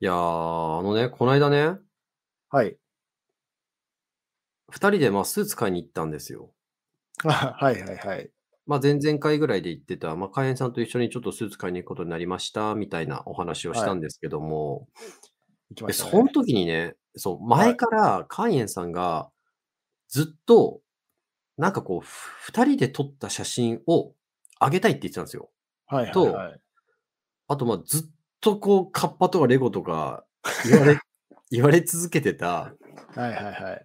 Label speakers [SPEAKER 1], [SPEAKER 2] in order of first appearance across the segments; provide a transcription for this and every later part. [SPEAKER 1] いやー、あのね、こないだね、
[SPEAKER 2] はい。
[SPEAKER 1] 二人でまあスーツ買いに行ったんですよ。
[SPEAKER 2] あ、はいはいはい。
[SPEAKER 1] まあ、前々回ぐらいで言ってた、まあ、会員さんと一緒にちょっとスーツ買いに行くことになりましたみたいなお話をし
[SPEAKER 2] は
[SPEAKER 1] た
[SPEAKER 2] い。
[SPEAKER 1] んですけども、
[SPEAKER 2] 行きま
[SPEAKER 1] で、
[SPEAKER 2] した
[SPEAKER 1] その
[SPEAKER 2] ね。
[SPEAKER 1] 時にね、そう、
[SPEAKER 2] は
[SPEAKER 1] 前
[SPEAKER 2] い。
[SPEAKER 1] からカイエンさんがずっと、なんかこう、ふ二人で撮った写真をあげたいって言ってたんですよ。
[SPEAKER 2] はいはい
[SPEAKER 1] と、
[SPEAKER 2] はい。
[SPEAKER 1] あとまあずっとこう、カッパとかレゴとか言わ れ、言われ続けてた、
[SPEAKER 2] はいはいはい。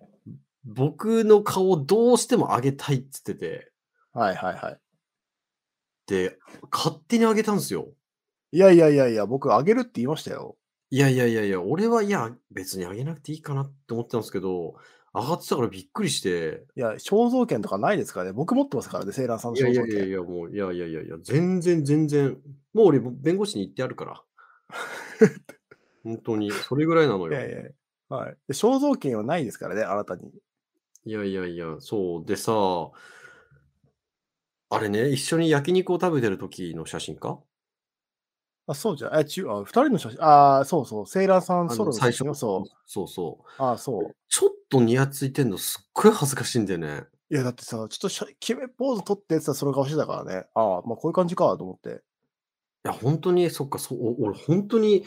[SPEAKER 1] 僕の顔をどうしても上げたいっつってて、
[SPEAKER 2] はいはいはい。
[SPEAKER 1] で、勝手に上げたんですよ。
[SPEAKER 2] いやいやいやいや、僕、あげるって言いましたよ。
[SPEAKER 1] いやいやいやいや、俺はいや、別に上げなくていいかなって思ってたんですけど、上がってたからびっくりして、
[SPEAKER 2] いや、肖像権とかないですからね。僕持ってますからね、セーラーさんの
[SPEAKER 1] いや
[SPEAKER 2] 肖
[SPEAKER 1] いや
[SPEAKER 2] 像
[SPEAKER 1] いや
[SPEAKER 2] 権。
[SPEAKER 1] いや、もう、いやいやいやいや、全然全然、もう俺も弁護士に行ってあるから、 本当に、それぐらいなの
[SPEAKER 2] いや
[SPEAKER 1] よ。
[SPEAKER 2] いやいや。はい。で肖像権はないですからね、新たに。
[SPEAKER 1] いやいやいや、そう。でさ、あれね、一緒に焼肉を食べてる時の写真か
[SPEAKER 2] あ、そうじゃん。え、ちゅ、あ、二人の写真。ああ、そうそう。セーラーさん
[SPEAKER 1] あ
[SPEAKER 2] ソ
[SPEAKER 1] の、
[SPEAKER 2] ロの写
[SPEAKER 1] 最初
[SPEAKER 2] 真を
[SPEAKER 1] の、
[SPEAKER 2] そ。
[SPEAKER 1] そうそう
[SPEAKER 2] ああ、
[SPEAKER 1] う。
[SPEAKER 2] そ
[SPEAKER 1] ちょっとニヤついてんのすっごい恥ずかしいんだよね。
[SPEAKER 2] う。いや、だってさ、ちょっとしゃ決めポーズ撮ってやつはその顔してたからね。ああ、まあこういう感じかと思って。
[SPEAKER 1] いや、本当に、そっか、そう、お俺、本当に、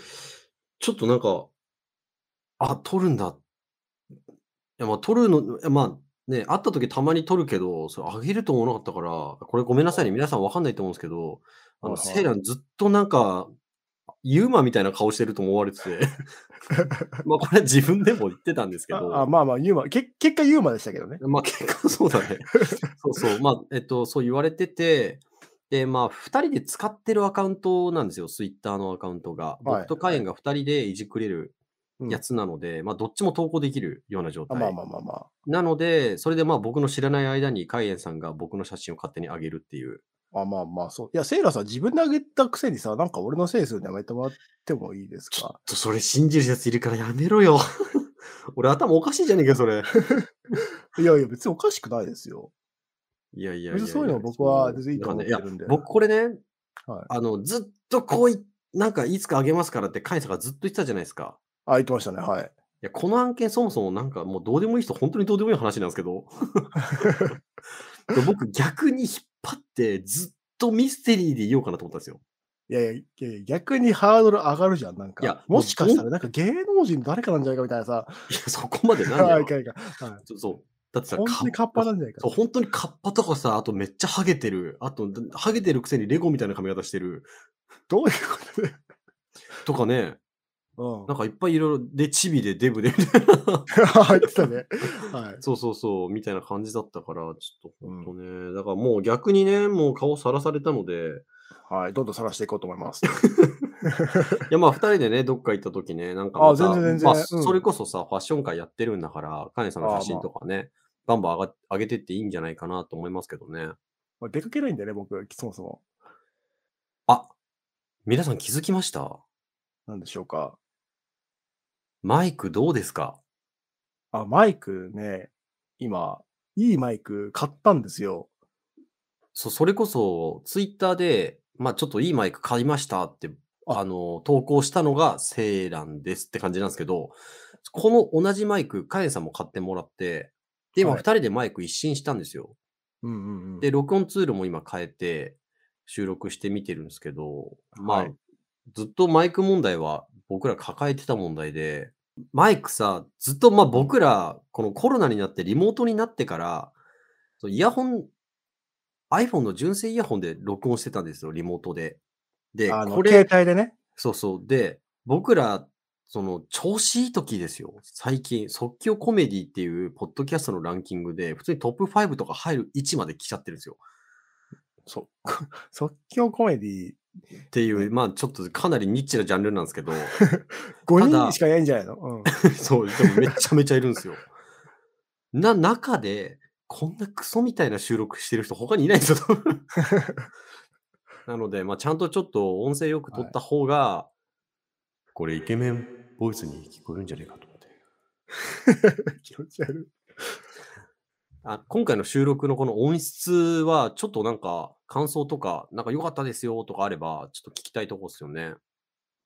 [SPEAKER 1] ちょっとなんか、あ、撮るんだ。いや、まあ、撮るの、いやまあ、ね、会った時たまに撮るけど、それあげると思わなかったから、これごめんなさいね、皆さんわかんないと思うんですけど、あの、
[SPEAKER 2] はい
[SPEAKER 1] セ
[SPEAKER 2] は
[SPEAKER 1] イ
[SPEAKER 2] い。
[SPEAKER 1] ランずっとなんか、ユーマみたいな顔してると思われて て、まあ、これは自分でも言ってたんですけ
[SPEAKER 2] ああ、
[SPEAKER 1] ど、
[SPEAKER 2] まあまあ、ユーマ。け結果ユーマでしたけどね。
[SPEAKER 1] まあ、結果そうだ ね。そうそう、まあ、えっと、そう言われてて、で、まあ、2人で使ってるアカウントなんですよ、ツイッターのアカウントが。
[SPEAKER 2] は
[SPEAKER 1] 僕
[SPEAKER 2] い
[SPEAKER 1] とカ
[SPEAKER 2] は
[SPEAKER 1] イエン
[SPEAKER 2] い。
[SPEAKER 1] が2人でいじくれる
[SPEAKER 2] う
[SPEAKER 1] や
[SPEAKER 2] ん。
[SPEAKER 1] つなので、まあ、どっちも投稿できるような状
[SPEAKER 2] あまあ
[SPEAKER 1] 態。
[SPEAKER 2] まあまあまあ。
[SPEAKER 1] なので、それでまあ僕の知らない間にカイエンさんが僕の写真を勝手にあげるっていう。
[SPEAKER 2] あ、まあまあ、そう。いや、セイラさん、自分であげたくせにさ、なんか俺のせいにするのやめてもらってもいいです
[SPEAKER 1] ちょっ
[SPEAKER 2] か
[SPEAKER 1] とそれ信じるやついるからやめろよ。 俺頭おかしいじゃねえかよ、そ れ。
[SPEAKER 2] いやいや、別におかしくないですよ。
[SPEAKER 1] いやいや
[SPEAKER 2] 別
[SPEAKER 1] い
[SPEAKER 2] に
[SPEAKER 1] や
[SPEAKER 2] そう
[SPEAKER 1] い
[SPEAKER 2] いう
[SPEAKER 1] や、
[SPEAKER 2] の僕は
[SPEAKER 1] そ。
[SPEAKER 2] 別にいうい
[SPEAKER 1] だ
[SPEAKER 2] と
[SPEAKER 1] からね、
[SPEAKER 2] 思
[SPEAKER 1] い
[SPEAKER 2] って
[SPEAKER 1] や、
[SPEAKER 2] るんで。
[SPEAKER 1] 僕これね、
[SPEAKER 2] はい。
[SPEAKER 1] あの、ずっとこうい、なんかいつかあげますからってカイエンさんがずっと言ってたじゃないですか。
[SPEAKER 2] あ、言ってましたね。はい。
[SPEAKER 1] いや、この案件そもそもなんかもうどうでもいい人、本当にどうでもいい話なんですけ ど、で僕逆に引っ張ってずっとミステリーでいようかなと思ったんですよ。
[SPEAKER 2] いやいや、いやいや逆にハードル上がるじゃん。なん
[SPEAKER 1] い
[SPEAKER 2] か、
[SPEAKER 1] や、
[SPEAKER 2] も
[SPEAKER 1] も
[SPEAKER 2] し
[SPEAKER 1] う
[SPEAKER 2] かし
[SPEAKER 1] ど
[SPEAKER 2] た
[SPEAKER 1] ん、
[SPEAKER 2] らなんか芸能人誰かなんじゃないかみたいなさ。
[SPEAKER 1] いや、そこまでなんだ
[SPEAKER 2] はい、い
[SPEAKER 1] よ。
[SPEAKER 2] かんいかん。はい。
[SPEAKER 1] そう、そうだってさ、
[SPEAKER 2] 本
[SPEAKER 1] カ
[SPEAKER 2] 当
[SPEAKER 1] ッ
[SPEAKER 2] にカッ
[SPEAKER 1] パ、
[SPEAKER 2] パなんじゃないか
[SPEAKER 1] そう、本当にカッパとかさ、あとめっちゃハゲてる。あと、ハゲてるくせにレゴみたいな髪型してる。
[SPEAKER 2] どういうことで
[SPEAKER 1] とかね、
[SPEAKER 2] うん。
[SPEAKER 1] なんかいっぱいいろいろ、で、チビでデブでみたいな。
[SPEAKER 2] 入って たね。はい。
[SPEAKER 1] そうそうそう、みたいな感じだったから、ちょっと
[SPEAKER 2] う
[SPEAKER 1] 本当
[SPEAKER 2] ん。
[SPEAKER 1] ね、だからもう逆にね、もう顔さらされたので、
[SPEAKER 2] はい。どんどん晒していこうと思いま す。
[SPEAKER 1] いやまあ二人でね、どっか行った時ね、なんか
[SPEAKER 2] あ、
[SPEAKER 1] ま
[SPEAKER 2] 全
[SPEAKER 1] た、
[SPEAKER 2] 然全
[SPEAKER 1] まあ
[SPEAKER 2] 然。う
[SPEAKER 1] それ
[SPEAKER 2] ん。
[SPEAKER 1] こそさ、ファッション会やってるんだから、カネさんの写
[SPEAKER 2] あま
[SPEAKER 1] 真と
[SPEAKER 2] あ。
[SPEAKER 1] かね、バンバン上が上げてっていいんじゃないかなと思いますけどね。
[SPEAKER 2] まあ出かけないんだよね、僕、そもそも。
[SPEAKER 1] あ、皆さん気づきました
[SPEAKER 2] なんでしょうか。
[SPEAKER 1] マイクどうですか
[SPEAKER 2] あ、マイクね、今、いいマイク買ったんですよ。
[SPEAKER 1] そそれこそ、ツイッターで、まあちょっといいマイク買いましたって、
[SPEAKER 2] あ、
[SPEAKER 1] あの、投稿したのがセーランですって感じなんですけど、この同じマイク、カネさんも買ってもらって、で、今
[SPEAKER 2] は
[SPEAKER 1] 二
[SPEAKER 2] い。
[SPEAKER 1] 人でマイク一新したんですよ。
[SPEAKER 2] うんうんうん。
[SPEAKER 1] で、録音ツールも今変えて収録してみてるんですけど、
[SPEAKER 2] は
[SPEAKER 1] まあ、
[SPEAKER 2] い。
[SPEAKER 1] ずっとマイク問題は僕ら抱えてた問題で、マイクさ、ずっとまあ僕ら、このコロナになってリモートになってから、そうイヤホン、iPhone の純正イヤホンで録音してたんですよ、リモートで。で、
[SPEAKER 2] あの、
[SPEAKER 1] こ
[SPEAKER 2] 携
[SPEAKER 1] れ、
[SPEAKER 2] 帯でね。
[SPEAKER 1] そうそう。で、僕ら、その、調子いい時ですよ。最近、即興コメディっていう、ポッドキャストのランキングで、普通にトップ5とか入る位置まで来ちゃってるんですよ。
[SPEAKER 2] そ、 即興コメディ
[SPEAKER 1] っていう、
[SPEAKER 2] ね。
[SPEAKER 1] まあちょっとかなりニッチなジャンルなんですけど、た
[SPEAKER 2] 5人し
[SPEAKER 1] だ、
[SPEAKER 2] かいないんじゃないのうん。
[SPEAKER 1] そう、でもめちゃめちゃいるんですよ。な、中で、こんなクソみたいな収録してる人他にいないんですよ。多 分なので、まあちゃんとちょっと音声よく取
[SPEAKER 2] は
[SPEAKER 1] っ
[SPEAKER 2] い。
[SPEAKER 1] た方が、これイケメンボイスに聞こえるんじゃないかと思って。
[SPEAKER 2] 気持ち悪い。
[SPEAKER 1] あ今回の収録のこの音質は、ちょっとなんか感想とか、なんか良かったですよとかあれば、ちょっと聞きたいとこですよね。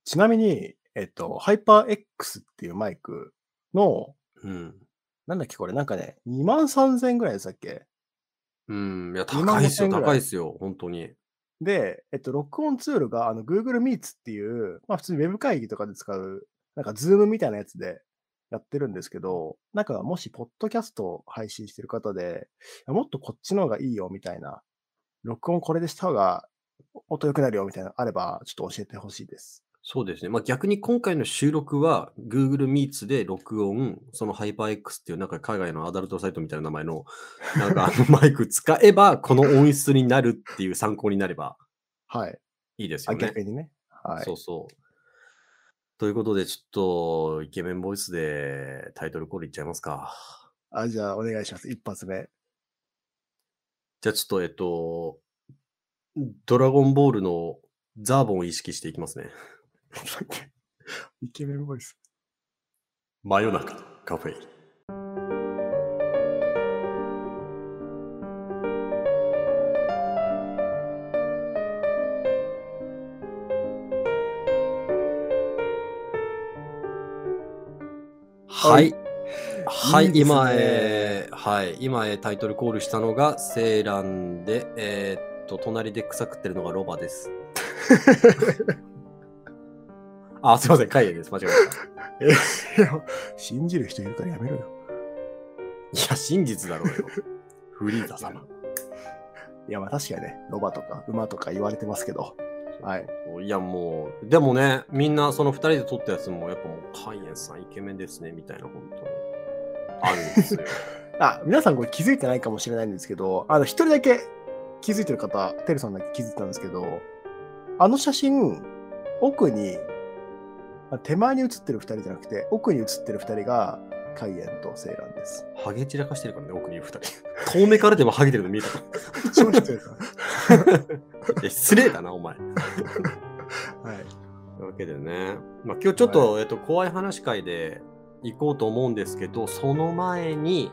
[SPEAKER 2] ちなみに、えっと、ハイパー X っていうマイクの、
[SPEAKER 1] うん。
[SPEAKER 2] なんだっけこれ、なんかね、2万3000円ぐらいでしたっけ
[SPEAKER 1] うん。いや、
[SPEAKER 2] 2万
[SPEAKER 1] 高いですよ、
[SPEAKER 2] 5000ぐらい
[SPEAKER 1] 高いですよ、本当に。
[SPEAKER 2] で、えっと、録音ツールがあの Google Meets っていう、まあ普通にウェブ会議とかで使う、なんか Zoom みたいなやつでやってるんですけど、なんかもしポッドキャストを配信してる方で、いやもっとこっちの方がいいよみたいな、録音これでした方が音良くなるよみたいなのあれば、ちょっと教えてほしいです。
[SPEAKER 1] そうですね。まあ、逆に今回の収録は Google Meets で録音、その HyperX っていうなんか海外のアダルトサイトみたいな名前のなんかあの マイク使えばこの音質になるっていう参考になれば
[SPEAKER 2] はい。
[SPEAKER 1] いいです
[SPEAKER 2] あ
[SPEAKER 1] よね。
[SPEAKER 2] 逆にね。はい
[SPEAKER 1] そ。うそう。ということで、ちょっとイケメンボイスでタイトルコールいっちゃいますか。
[SPEAKER 2] あ、じゃあお願いします。一発目。
[SPEAKER 1] じゃあちょっとえっと、ドラゴンボールのザーボンを意識していきますね。
[SPEAKER 2] イケメンボイス。
[SPEAKER 1] 真夜中のカフェイン。は
[SPEAKER 2] はい
[SPEAKER 1] い。はい、
[SPEAKER 2] いいですね
[SPEAKER 1] 今、えーはい、今、えータイトルコールしたのが、セーランで、えーっと、隣で草食ってるのがロバ です。あ、すいません、カイエです。間違えました。
[SPEAKER 2] いや信じる人いるからやめろよ。
[SPEAKER 1] いや、真実だ ろうよ。フリーザ様。
[SPEAKER 2] いや、まあ確かにね、ロバとか馬とか言われてますけど。はい。
[SPEAKER 1] いや、もう、でもね、みんな、その2人で撮ったやつも、やっぱもう、カイエンさん、イケメンですね、みたいな、本当に。あるんです よ。
[SPEAKER 2] あ、皆さんこれ気づいてないかもしれないんですけど、あの、一人だけ気づいてる方、テルさんだけ気づいてたんですけど、あの写真、奥に、あ手前に写ってる二人じゃなくて、奥に写ってる二人が、カイエンとセイラン です。
[SPEAKER 1] ハゲ散らかしてるからね、奥にいる2人。遠目からでもハゲてるの見えたか
[SPEAKER 2] 超失礼だ
[SPEAKER 1] ら。え失礼だな、お前。
[SPEAKER 2] はい。
[SPEAKER 1] というわけでね、まあ、今日ちょっと、えっと、怖い話会で行こうと思うんですけど、その前に、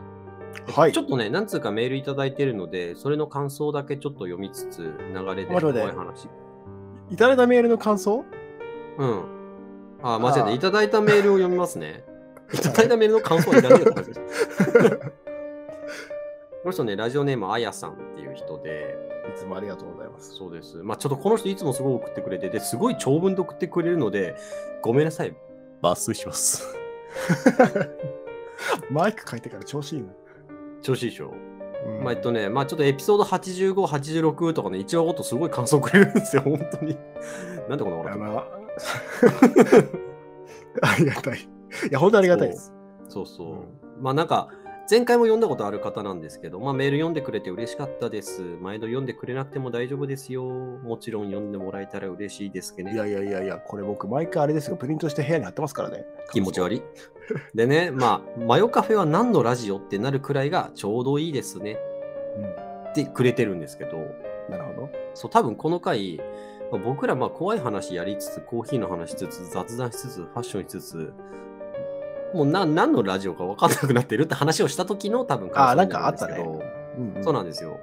[SPEAKER 2] はい。
[SPEAKER 1] ちょっとね、何通かメールいただいてるので、それの感想だけちょっと読みつつ、流れで
[SPEAKER 2] 待
[SPEAKER 1] 怖
[SPEAKER 2] っ
[SPEAKER 1] い
[SPEAKER 2] て待って
[SPEAKER 1] 話。
[SPEAKER 2] いただいたメールの感想
[SPEAKER 1] うん。あ、間違え
[SPEAKER 2] あ
[SPEAKER 1] た。
[SPEAKER 2] ー
[SPEAKER 1] いただいたメールを読みますね。いただいたメールの感想はいらないよって話ですこの人ね、ラジオネームあやさんっていう人で、
[SPEAKER 2] いつもありがとうございます。
[SPEAKER 1] そうです。まあちょっとこの人いつもすごい送ってくれてて、すごい長文で送ってくれるので、ごめんなさい。抜粋します。
[SPEAKER 2] マイク変えてから調子いいな。
[SPEAKER 1] 調子いいでしょ、
[SPEAKER 2] うん
[SPEAKER 1] まあえっとね、まあちょっとエピソード85、86とかね、1話ごとすごい感想くれるんですよ、本当に。なんでこんな笑っ
[SPEAKER 2] あ
[SPEAKER 1] てる
[SPEAKER 2] の ありがたい。いや、本当にありがたいです。
[SPEAKER 1] そうそう。
[SPEAKER 2] うん
[SPEAKER 1] まあなんか、前回も読んだことある方なんですけど、まあメール読んでくれて嬉しかったです。毎度読んでくれなくても大丈夫ですよ。もちろん読んでもらえたら嬉しいですけど
[SPEAKER 2] い
[SPEAKER 1] ね。
[SPEAKER 2] やいやいやいや、これ僕、毎回あれですよ、プリントして部屋に貼ってますからね。
[SPEAKER 1] 気持ち悪い。でね、まあ、マヨカフェは何のラジオってなるくらいがちょうどいいですね
[SPEAKER 2] うん
[SPEAKER 1] ってくれてるんですけど、
[SPEAKER 2] なるほ
[SPEAKER 1] そう、多分この回、まあ僕らまあ怖い話やりつつ、コーヒーの話しつつ、雑談しつつ、ファッションしつつ、もうな何のラジオか分かんなくなってるって話をした時の多分
[SPEAKER 2] あー
[SPEAKER 1] 感想にるですけど
[SPEAKER 2] なんど。うんうん
[SPEAKER 1] そうなんですよ。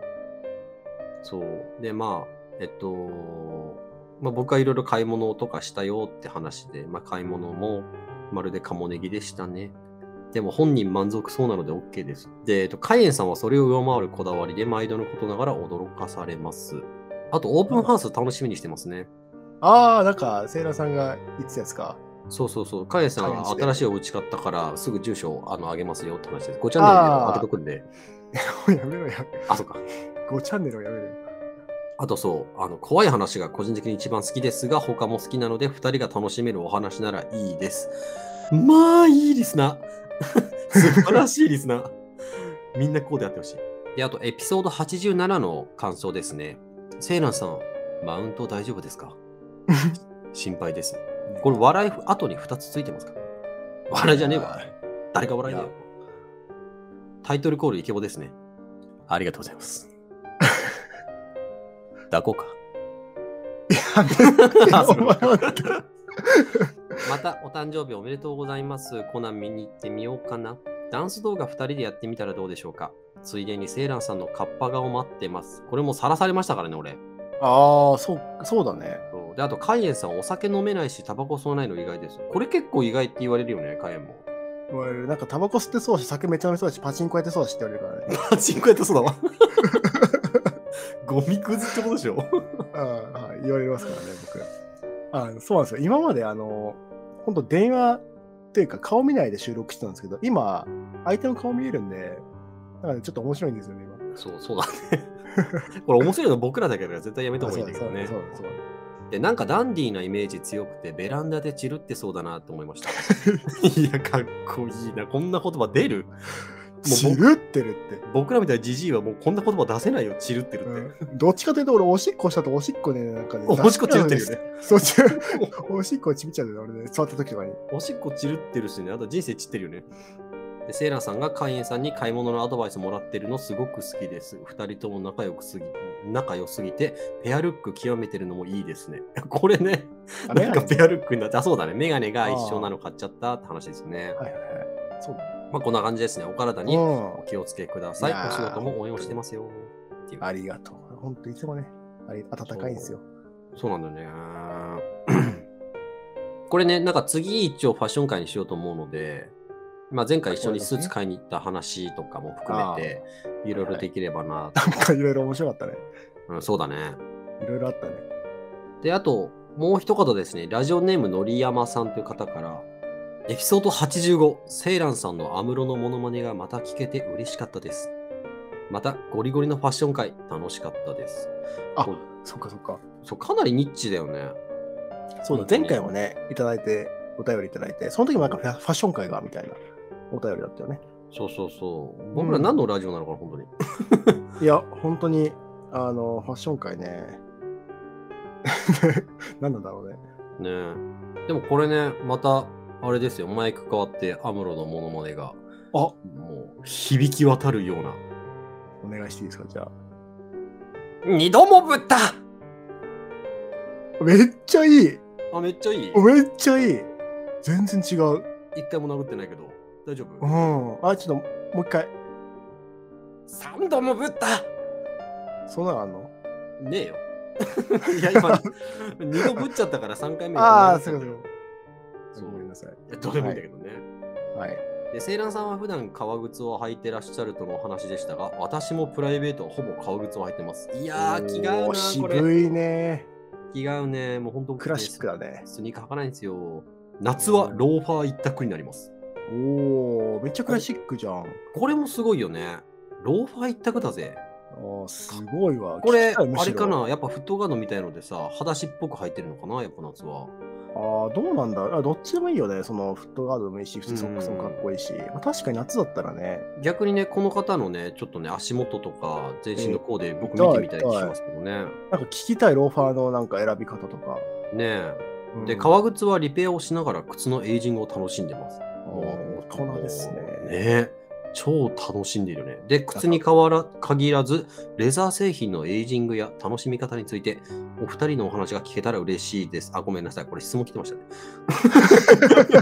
[SPEAKER 1] そう。で、まあ、えっと、まあ、僕はいろいろ買い物とかしたよって話で、まあ、買い物もまるでカモネギでしたね。でも本人満足そうなので OK です。で、えっと、カイエンさんはそれを上回るこだわりで、毎度のことながら驚かされます。あと、オープンハウス楽しみにしてますね。
[SPEAKER 2] ああ、なんか、セイラさんが言ってたやつか。
[SPEAKER 1] そうそうそう。カイエンさんは
[SPEAKER 2] カイエンさん
[SPEAKER 1] 新しいお家買ったから、すぐ住所をあのあげますよって話です。ごちゃんな
[SPEAKER 2] あー
[SPEAKER 1] 開けとくんで。
[SPEAKER 2] やめろや。
[SPEAKER 1] あ、そっか。
[SPEAKER 2] 5チャンネルはやめろよ。
[SPEAKER 1] あとそう、あの、怖い話が個人的に一番好きですが、他も好きなので、2人が楽しめるお話ならいいです。まあ、いいリス ナー。素晴らしいリスナー。みんなこうであってほしい。で、あと、エピソード87の感想ですね。セイランさん、マウント大丈夫です か心配です。これ、笑い、後に2つついてますから笑いじゃねえわ。誰か笑いだよ
[SPEAKER 2] いや。
[SPEAKER 1] タイトルコールイケボですね。ありがとうございます。 抱こうか。 あそう
[SPEAKER 2] お前はなんて
[SPEAKER 1] またお誕生日おめでとうございます。コナン見に行ってみようかな。ダンス動画2人でやってみたらどうでしょうか。ついでにセイランさんのカッパ顔待ってます。これもさらされましたからね、俺。
[SPEAKER 2] ああ、そう、そうだね。
[SPEAKER 1] そうそう。で、あと、カイエンさん、お酒飲めないし、タバコ吸わないの意外です。これ結構意外って言われるよね、カイエンも。
[SPEAKER 2] 俺なんかタバコ吸ってそうだし、酒めっちゃ飲みそうだし、パチンコやってそうだしって言われるからね。
[SPEAKER 1] パチンコやったそうだわ。ゴミくずってことでしょ
[SPEAKER 2] ああはい言われますからね、僕。あそうなんですよ。今まで、あの、本当電話っていうか、顔見ないで収録してたんですけど、今、相手の顔見えるんで、だからちょっと面白いんですよね、今。
[SPEAKER 1] そう、そうだね。これ面白いの僕らだけだから絶対やめた
[SPEAKER 2] あ
[SPEAKER 1] 方がいいんだけ
[SPEAKER 2] そ
[SPEAKER 1] ど
[SPEAKER 2] うだ
[SPEAKER 1] ね
[SPEAKER 2] そ。うだそうだ
[SPEAKER 1] で、なんかダンディーなイメージ強くて、ベランダで散るってそうだなと思いました。 いや、かっこいいな。こんな言葉出る
[SPEAKER 2] そうだ。ちるってるって。
[SPEAKER 1] 僕らみたいなジジイはもうこんな言葉出せないよ、散るってるって。
[SPEAKER 2] うんどっちかというと、俺、おしっこしたとおしっこね、なんかね、
[SPEAKER 1] おしっこ散るってるよね。
[SPEAKER 2] そう、散るおしっこちびちゃうよね、俺ね、座った時とかに。
[SPEAKER 1] おしっこ散るってるしね、あと人生散ってるよね。でセイラさんが会員さんに買い物のアドバイスもらってるのすごく好きです。二人とも仲良くすぎ、仲良すぎて、ペアルック極めてるのもいいですね。 これね、
[SPEAKER 2] あ
[SPEAKER 1] なんか
[SPEAKER 2] メ
[SPEAKER 1] ペ
[SPEAKER 2] ガ
[SPEAKER 1] ア
[SPEAKER 2] ネ
[SPEAKER 1] ルックになって、あ、そうだね。メガネが一緒なの買っちゃったって話ですね。
[SPEAKER 2] はいはいはい。そうだ。
[SPEAKER 1] まあこんな感じですね。お体に
[SPEAKER 2] うん
[SPEAKER 1] お気をつけください。
[SPEAKER 2] いやー
[SPEAKER 1] お仕事も応援をしてますよ。っていう。
[SPEAKER 2] ありがとう。本当いつもね、あり温かいんですよ。
[SPEAKER 1] そうなんだよね。 これね、なんか次一応ファッション会にしようと思うので、まあ、前回一緒にスーツ買いに行った話とかも含めて、いろいろできればなと、
[SPEAKER 2] なんかいろいろ面白かったね。
[SPEAKER 1] うんそうだね。
[SPEAKER 2] いろいろあったね。
[SPEAKER 1] で、あと、もう一言ですね、ラジオネームのりやまさんという方から、エピソード85、セイランさんのアムロのモノマネがまた聞けて嬉しかったです。また、ゴリゴリのファッション会、楽しかったです。
[SPEAKER 2] あ
[SPEAKER 1] こう
[SPEAKER 2] そっかそっか。
[SPEAKER 1] そうかなりニッチだよね。
[SPEAKER 2] そうだ、
[SPEAKER 1] 本当に
[SPEAKER 2] 前回もね、いただいて、お便りいただいて、その時もなんかファファッション会がみたいなお便りだったよね。
[SPEAKER 1] そうそうそう。僕ら何のラジオなのかな、本当に。
[SPEAKER 2] いや、本当に、あの、ファッション会ね。何 なんだろうね。
[SPEAKER 1] ねえ。でもこれね、また、あれですよ、マイク変わって、アムロのモノマネが、
[SPEAKER 2] あお
[SPEAKER 1] もう、響き渡るような。
[SPEAKER 2] 願いしていいですか、じゃあ。
[SPEAKER 1] 二度もぶった
[SPEAKER 2] めっちゃいい
[SPEAKER 1] あ、めっちゃいい。
[SPEAKER 2] めっちゃいい全然違う。
[SPEAKER 1] 一回も殴ってないけど、大丈
[SPEAKER 2] う
[SPEAKER 1] 夫
[SPEAKER 2] ん。あ、ちょっと、もう一回。
[SPEAKER 1] 三度もぶった
[SPEAKER 2] そんなのあんの
[SPEAKER 1] ね えよ。いや、今、二度ぶっちゃったから三回目
[SPEAKER 2] ああ、
[SPEAKER 1] そ
[SPEAKER 2] そうう
[SPEAKER 1] そ
[SPEAKER 2] か
[SPEAKER 1] う
[SPEAKER 2] そうか。ごめんなさい。
[SPEAKER 1] いやどうでもいいんだけどね。
[SPEAKER 2] はい。
[SPEAKER 1] で、セイランさんは普段革靴を履いてらっしゃるとのお話でしたが、私もプライベートはほぼ革靴を履いてます。いやー、気が合う
[SPEAKER 2] おー
[SPEAKER 1] な、これ。
[SPEAKER 2] 渋いね。
[SPEAKER 1] 気が合うね。もう本当
[SPEAKER 2] クラシックだね。
[SPEAKER 1] スニーカー履かないんですよ。夏はローファー一択になります。
[SPEAKER 2] おお、めっちゃクラシックじゃん。
[SPEAKER 1] これもすごいよね。ローファー一択だぜ。
[SPEAKER 2] ああ、すごいわ。
[SPEAKER 1] これ、
[SPEAKER 2] 聞きたいむ
[SPEAKER 1] あ
[SPEAKER 2] し
[SPEAKER 1] れ
[SPEAKER 2] ろ
[SPEAKER 1] かなやっぱフットガードみたいのでさ、裸足っぽく履いてるのかなやっぱ夏は。
[SPEAKER 2] ああ、どうなんだあどっちでもいいよね。そのフットガードでもいいし、普通ソックスもかっこいいし。まあ、確かに夏だったらね。
[SPEAKER 1] 逆にね、この方のね、ちょっとね、足元とか全身のコーデ、僕
[SPEAKER 2] 痛い
[SPEAKER 1] 見てみたりしますけどね。
[SPEAKER 2] なんか聞きたいローファーのなんか選び方とか。
[SPEAKER 1] ね
[SPEAKER 2] うん
[SPEAKER 1] え。で、革靴はリペアをしながら靴のエイジングを楽しんでます。
[SPEAKER 2] あー大人ですね。
[SPEAKER 1] ねえ超楽しんでいるよね。で、靴に変わら限らず、レザー製品のエイジングや楽しみ方について、お二人のお話が聞けたら嬉しいです。あ、ごめんなさい。これ質問来てました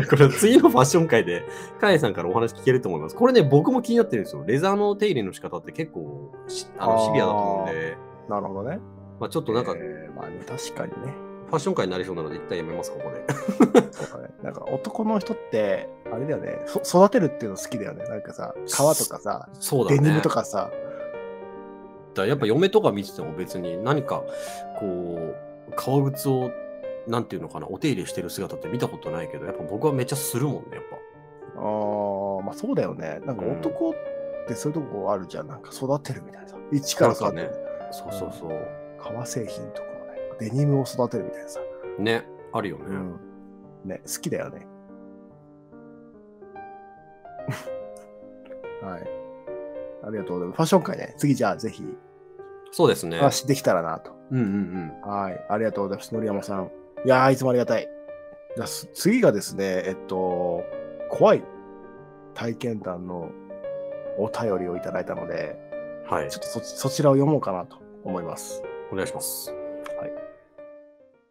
[SPEAKER 1] ね。これ次のファッション会で、カエさんからお話聞けると思います。これね、僕も気になってるんですよ。レザーの手入れの仕方って結構しあの
[SPEAKER 2] あー
[SPEAKER 1] シビアだと思うんで、
[SPEAKER 2] なるほどね。
[SPEAKER 1] まあ、ちょっとなんか、
[SPEAKER 2] えーまあね、確かにね。
[SPEAKER 1] ファッション会になりそうなので、一旦やめます、ここで。
[SPEAKER 2] そうかね。なんか男の人って、あれだよね。そ育てるっていうの好きだよね。なんかさ、革とかさ、
[SPEAKER 1] そうだね。
[SPEAKER 2] デニムとかさ。
[SPEAKER 1] だからやっぱ嫁とか見てても別に何かこう革靴をなんていうのかなお手入れしてる姿って見たことないけどやっぱ僕はめっちゃするもんねやっ
[SPEAKER 2] ああ、まあそうだよね。なんか男ってそういうとこあるじゃん。なんか育てるみたいなさ。一から育て
[SPEAKER 1] なん
[SPEAKER 2] る。
[SPEAKER 1] かぱそうそうそう、
[SPEAKER 2] 革製品とかもね、デニムを育てるみたいなさ。
[SPEAKER 1] ねあるよね、
[SPEAKER 2] うん。ね、好きだよね。 はい。ありがとうございます。ファッション会ね。次じゃあぜひ
[SPEAKER 1] そうですね
[SPEAKER 2] 話できたらなと。
[SPEAKER 1] うんうんうん
[SPEAKER 2] はい。ありがとうございます。のりやまさん。いやー、いつもありがたい。じゃあす次がですね、えっと、怖い体験談のお便りをいただいたので、
[SPEAKER 1] はい
[SPEAKER 2] ちょっとそそちらを読もうかなと思います。
[SPEAKER 1] お願いします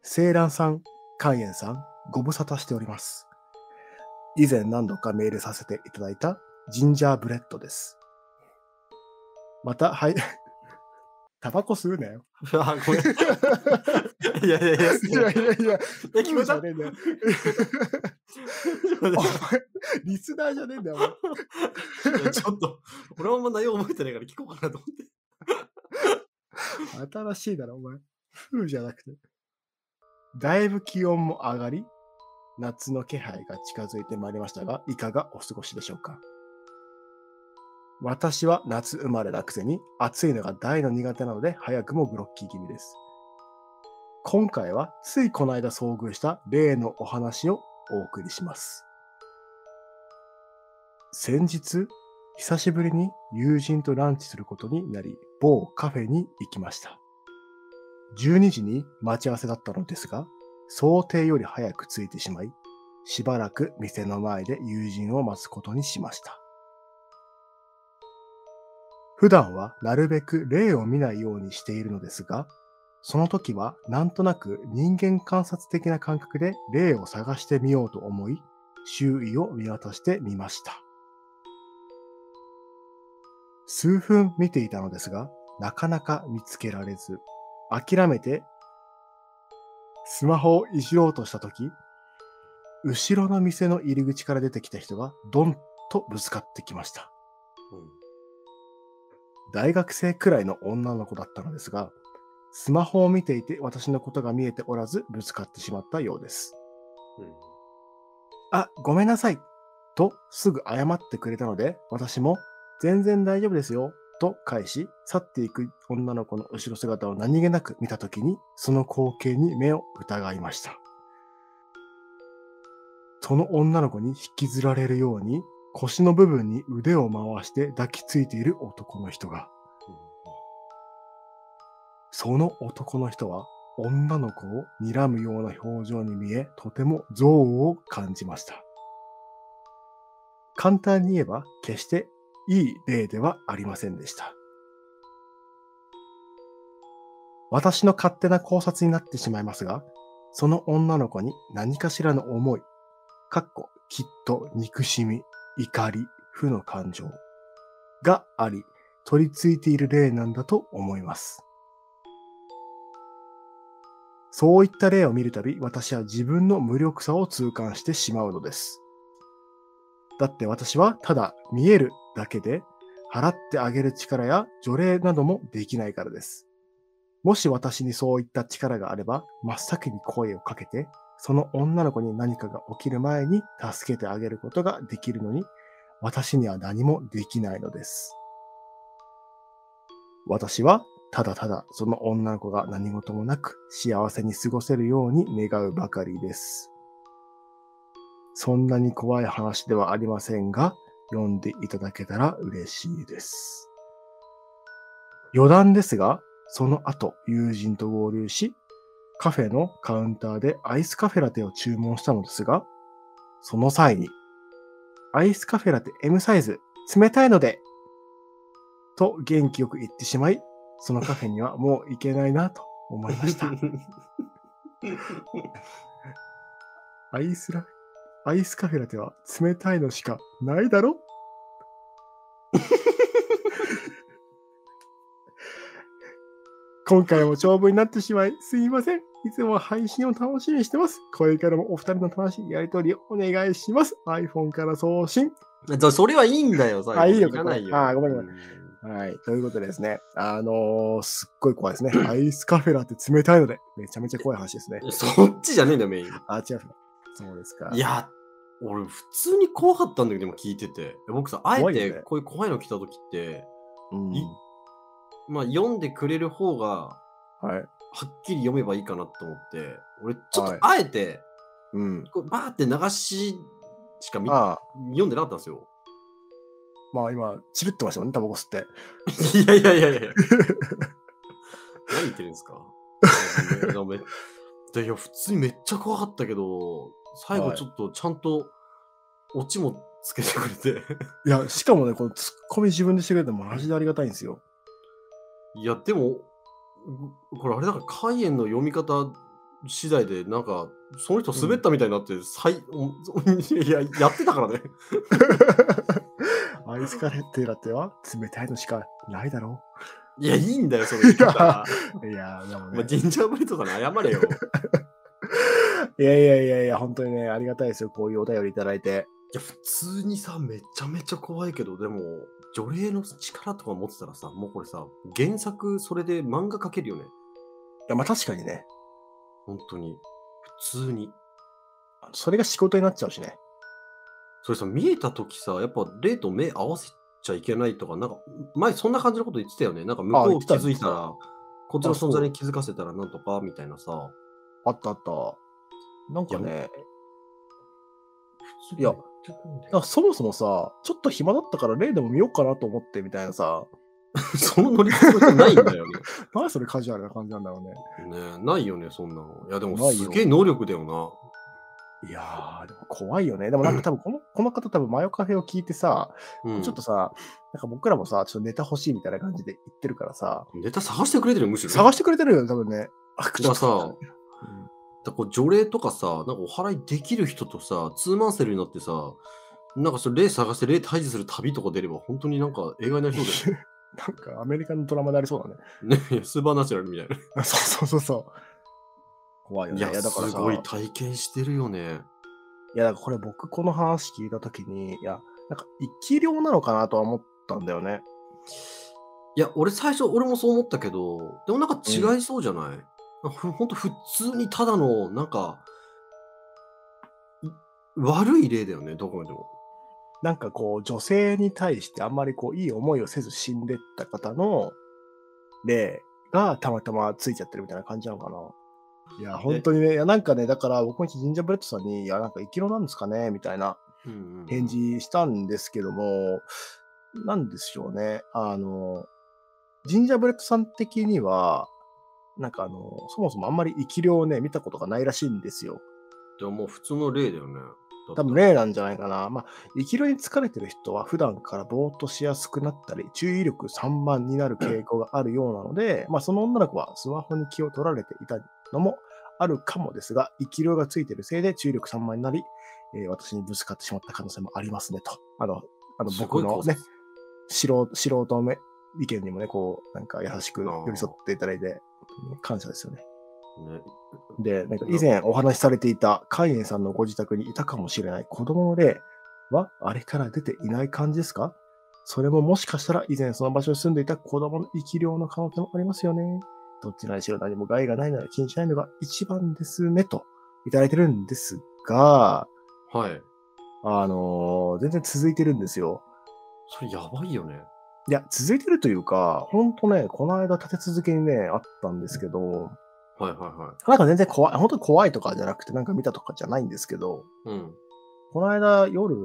[SPEAKER 2] セイランさん、カイエンさん、ご無沙汰しております。以前何度かメールさせていただいたジンジャーブレッドです。また、はい、 タバコ吸うなよ。
[SPEAKER 1] あ、ごめん。いやいやいや、
[SPEAKER 2] い やいやいや、
[SPEAKER 1] え 聞こえた
[SPEAKER 2] そうじゃねえんだよ
[SPEAKER 1] ちょっと
[SPEAKER 2] お
[SPEAKER 1] 待
[SPEAKER 2] 前リスナーじゃねえんだよ。お前
[SPEAKER 1] っていやちょっと、俺はあんま内容覚えてないから聞こうかなと思って。
[SPEAKER 2] 新しいだろ、お前。風じゃなくて。だいぶ気温も上がり、夏の気配が近づいてまいりましたが、いかがお過ごしでしょうか私は夏生まれなくせに、暑いのが大の苦手なので、早くもブロッキー気味です。今回は、ついこの間遭遇した例のお話をお送りします。先日、久しぶりに友人とランチすることになり、某カフェに行きました。12時に待ち合わせだったのですが、想定より早く着いてしまい、しばらく店の前で友人を待つことにしました。普段はなるべく例を見ないようにしているのですが、その時はなんとなく人間観察的な感覚で例を探してみようと思い、周囲を見渡してみました。数分見ていたのですが、なかなか見つけられず、諦めて、スマホをいじろうとしたとき、後ろの店の入り口から出てきた人が、ドンとぶつかってきました。大学生くらいの女の子だったのですが、スマホを見ていて私のことが見えておらず、ぶつかってしまったようです。
[SPEAKER 1] うん。うん
[SPEAKER 2] あ、ごめんなさい。と、すぐ謝ってくれたので、私も、全然大丈夫ですよ。と返し、去っていく女の子の後ろ姿を何気なく見たときに、その光景に目を疑いました。その女の子に引きずられるように、腰の部分に腕を回して抱きついている男の人が、その男の人は、女の子を睨むような表情に見え、とても憎悪を感じました。簡単に言えば、決していい例ではありませんでした。私の勝手な考察になってしまいますが、その女の子に何かしらの思い、かっこ、きっと憎しみ、怒り、負の感情があり、取り付いている例なんだと思います。そういった例を見るたび、私は自分の無力さを痛感してしまうのです。だって私はただ見えるだけで、払ってあげる力や除霊などもできないからです。もし私にそういった力があれば、真っ先に声をかけて、その女の子に何かが起きる前に助けてあげることができるのに、私には何もできないのです。私はただただその女の子が何事もなく幸せに過ごせるように願うばかりです。そんなに怖い話ではありませんが、読んでいただけたら嬉しいです。余談ですが、その後友人と合流し、カフェのカウンターでアイスカフェラテを注文したのですが、その際に、アイスカフェラテ M サイズ、冷たいので、と元気よく言ってしまい、そのカフェにはもう行けないなと思い ました。アイスラ、アイスカフェラテは冷たいのしかないだろ今回も長文になってしまいすいません。いつもは配信を楽しみにしてます。これからもお二人の楽しいやりとりをお願いします。iPhone から送信。
[SPEAKER 1] そそれはいいんだよ、最後
[SPEAKER 2] あいいよ
[SPEAKER 1] いらないよ。
[SPEAKER 2] あごめんごめ
[SPEAKER 1] ん。
[SPEAKER 2] はい。ということでですね。あのーすっごい怖いですね。アイスカフェラテ冷たいので、めちゃめちゃ怖い話ですね。
[SPEAKER 1] そっちじゃねえんだよ、メイン。
[SPEAKER 2] あ、違う。そうですか。
[SPEAKER 1] いや、俺、普通に怖かったんだけど、でも聞いてて。僕さ、あえ
[SPEAKER 2] 怖いよ
[SPEAKER 1] て
[SPEAKER 2] ね
[SPEAKER 1] こういう怖いの来た時って、
[SPEAKER 2] うん、
[SPEAKER 1] いまあ、読んでくれる方が、
[SPEAKER 2] はい。
[SPEAKER 1] はっきり読めばいいかなと思って、俺、ちょっ
[SPEAKER 2] はい
[SPEAKER 1] とあえて、
[SPEAKER 2] うん。
[SPEAKER 1] こうバーって流ししか見
[SPEAKER 2] ああ、
[SPEAKER 1] 読んでなかったんですよ。
[SPEAKER 2] まあ今、チルってましたもんね、タバコ吸って。
[SPEAKER 1] いやいやいやい や。何言ってるんですか いやめいやいや、普通にめっちゃ怖かったけど、最後
[SPEAKER 2] はい
[SPEAKER 1] ちょっとちゃんとオチもつけてくれて、
[SPEAKER 2] いや、しかもね、このツッコミ自分でしてくれてもマジでありがたいんですよ。
[SPEAKER 1] いや、でも、うこれあれだから、海炎の読み方次第で、なんか、その人滑ったみたいになって、さいお いや、やってたからね。
[SPEAKER 2] アイスカレーテラテは冷たいのしかないだろ
[SPEAKER 1] いや、いいんだよ、それ言ったら。
[SPEAKER 2] いやー、で も
[SPEAKER 1] まあ、
[SPEAKER 2] ね。
[SPEAKER 1] ジンジャーブレッドさん謝れよ。い
[SPEAKER 2] いやいやいやいや、本当にね、ありがたいですよ。こういうお便りいただいて。
[SPEAKER 1] や、普通にさ、めちゃめちゃ怖いけど、でも、除霊の力とか持ってたらさ、もうこれさ、原作それで漫画描けるよね。
[SPEAKER 2] いや、まあ確かにね。
[SPEAKER 1] 本当に。普通に。
[SPEAKER 2] あのそれが仕事になっちゃうしね。
[SPEAKER 1] それさ、見えた時さ、やっぱ霊と目合わせちゃいけないとか、なんか、前そんな感じのこと言ってたよね。なんか、向
[SPEAKER 2] あ
[SPEAKER 1] こ
[SPEAKER 2] 言
[SPEAKER 1] う
[SPEAKER 2] って
[SPEAKER 1] 気
[SPEAKER 2] た
[SPEAKER 1] づいたら、こっちの
[SPEAKER 2] あそう
[SPEAKER 1] 存在に気づかせたらなんとか、みたいなさ。
[SPEAKER 2] あったあった。なんか
[SPEAKER 1] い
[SPEAKER 2] ね、
[SPEAKER 1] 普通
[SPEAKER 2] いや
[SPEAKER 1] にやってくんだよ
[SPEAKER 2] なんかそもそもさ、ちょっと暇だったから例でも見ようかなと思ってみたいなさ、
[SPEAKER 1] そのノリそれないんだよね。
[SPEAKER 2] なんでそれカジュアルな感じなんだろうね。
[SPEAKER 1] ねえないよね、そんなの。いや、でも
[SPEAKER 2] ない
[SPEAKER 1] す
[SPEAKER 2] よ
[SPEAKER 1] げえ能力だよ
[SPEAKER 2] いやー、でも怖いよね。でもなんか多分この、この方多分マヨカフェを聞いてさ、
[SPEAKER 1] な。うん、
[SPEAKER 2] ちょっとさ、なんか僕らもさ、ちょっとネタ欲しいみたいな感じで言ってるからさ、
[SPEAKER 1] ネタ探してくれてるよむしろ。
[SPEAKER 2] 探してくれてるよね、多分ね。あ、
[SPEAKER 1] だからさ、
[SPEAKER 2] うん
[SPEAKER 1] だこう除霊とかさ、なんかお祓いできる人とさ、ツーマンセルになってさ、なんかそれ霊探して霊退治する旅とか出れば、本当になん か映画になりそうだ
[SPEAKER 2] なんかアメリカのドラマでありそうだね。
[SPEAKER 1] よね。ねスーパーナチュラルみたい
[SPEAKER 2] あそうそうそうそう。怖いよ
[SPEAKER 1] な。
[SPEAKER 2] ね。
[SPEAKER 1] いや、
[SPEAKER 2] だから
[SPEAKER 1] す
[SPEAKER 2] さ、
[SPEAKER 1] ごい
[SPEAKER 2] い
[SPEAKER 1] 体験してるよね。
[SPEAKER 2] や、だからこれ僕この話聞いたときに、いや、なんか生き量なのかなとは思ったんだよね。
[SPEAKER 1] いや、俺最初、俺もそう思ったけど、でもなんか違いそうじゃない、なんかふほんと普通にただの、なんか、い悪い例だよね、どこまでも。
[SPEAKER 2] なんかこう、女性に対してあんまりこう、いい思いをせず死んでった方の例がたまたまついちゃってるみたいな感じなのかな。いや、本当にね、いや、なんかね、だから僕もジンジャーブレッドさんに、いや、なんか生きろなんですかねみたいな
[SPEAKER 1] うんうん
[SPEAKER 2] 返事したんですけども、なんでしょうね。あの、ジンジャーブレッドさん的には、なんかあの、そもそもあんまり生き量をね、見たことがないらしいんですよ。
[SPEAKER 1] でももう普通の例だよね。
[SPEAKER 2] 多分例なんじゃないかな。まあ、生きるに疲れてる人は普段からぼーっとしやすくなったり、注意力散漫になる傾向があるようなので、まあ、その女の子はスマホに気を取られていたのもあるかもですが、生きるがついてるせいで注意力散漫になり、えー私にぶつかってしまった可能性もありますねと。あの、あの
[SPEAKER 1] すご
[SPEAKER 2] 僕
[SPEAKER 1] い
[SPEAKER 2] の
[SPEAKER 1] 考
[SPEAKER 2] ね
[SPEAKER 1] 察、
[SPEAKER 2] 素人素人目意見にもね、こう、なんか優しく
[SPEAKER 1] あー
[SPEAKER 2] 寄り添っていただいて、感謝ですよね。
[SPEAKER 1] ね
[SPEAKER 2] で、なんか以前お話しされていたカイエンさんのご自宅にいたかもしれない子供の霊はあれから出ていない感じですかそれももしかしたら以前その場所に住んでいた子供の生き量の可能性もありますよね。どちらにしろ何も害がないなら気にしないのが一番ですねといただいてるんですが、
[SPEAKER 1] はい。
[SPEAKER 2] あのー全然続いてるんですよ。
[SPEAKER 1] それやばいよね。
[SPEAKER 2] いや、続いてるというか、ほんとね、この間立て続けにね、あったんですけど、
[SPEAKER 1] はいはいは
[SPEAKER 2] なんか全然怖い、本当に怖いとかじゃなくて、なんか見たとかじゃないんですけど、
[SPEAKER 1] い。うん。
[SPEAKER 2] この間夜、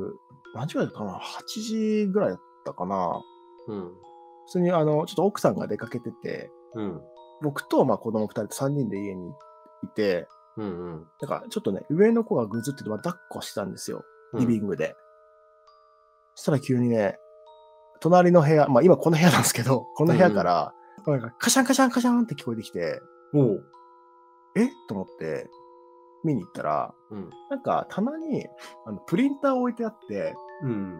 [SPEAKER 2] 何時ぐらいだったかな ?8 時ぐらいだったかな
[SPEAKER 1] うん。
[SPEAKER 2] 普通にあの、ちょっと奥さんが出かけてて、
[SPEAKER 1] うん。
[SPEAKER 2] 僕とまあ子供2人と3人で家にいて、
[SPEAKER 1] うんうん。
[SPEAKER 2] なんかちょっとね、上の子がぐずってて、まあ抱っこしたんですよ。リビ
[SPEAKER 1] ン
[SPEAKER 2] ングで。そしたら急にね、隣の部屋、まあ今この部屋なんですけど、この部屋から、なんかカシャンカシャンカシャンって聞こえてきて、
[SPEAKER 1] グ。おう。
[SPEAKER 2] えと思って、見に行ったら、
[SPEAKER 1] うん。
[SPEAKER 2] なんか棚にあのプリンター置いてあって、
[SPEAKER 1] うん。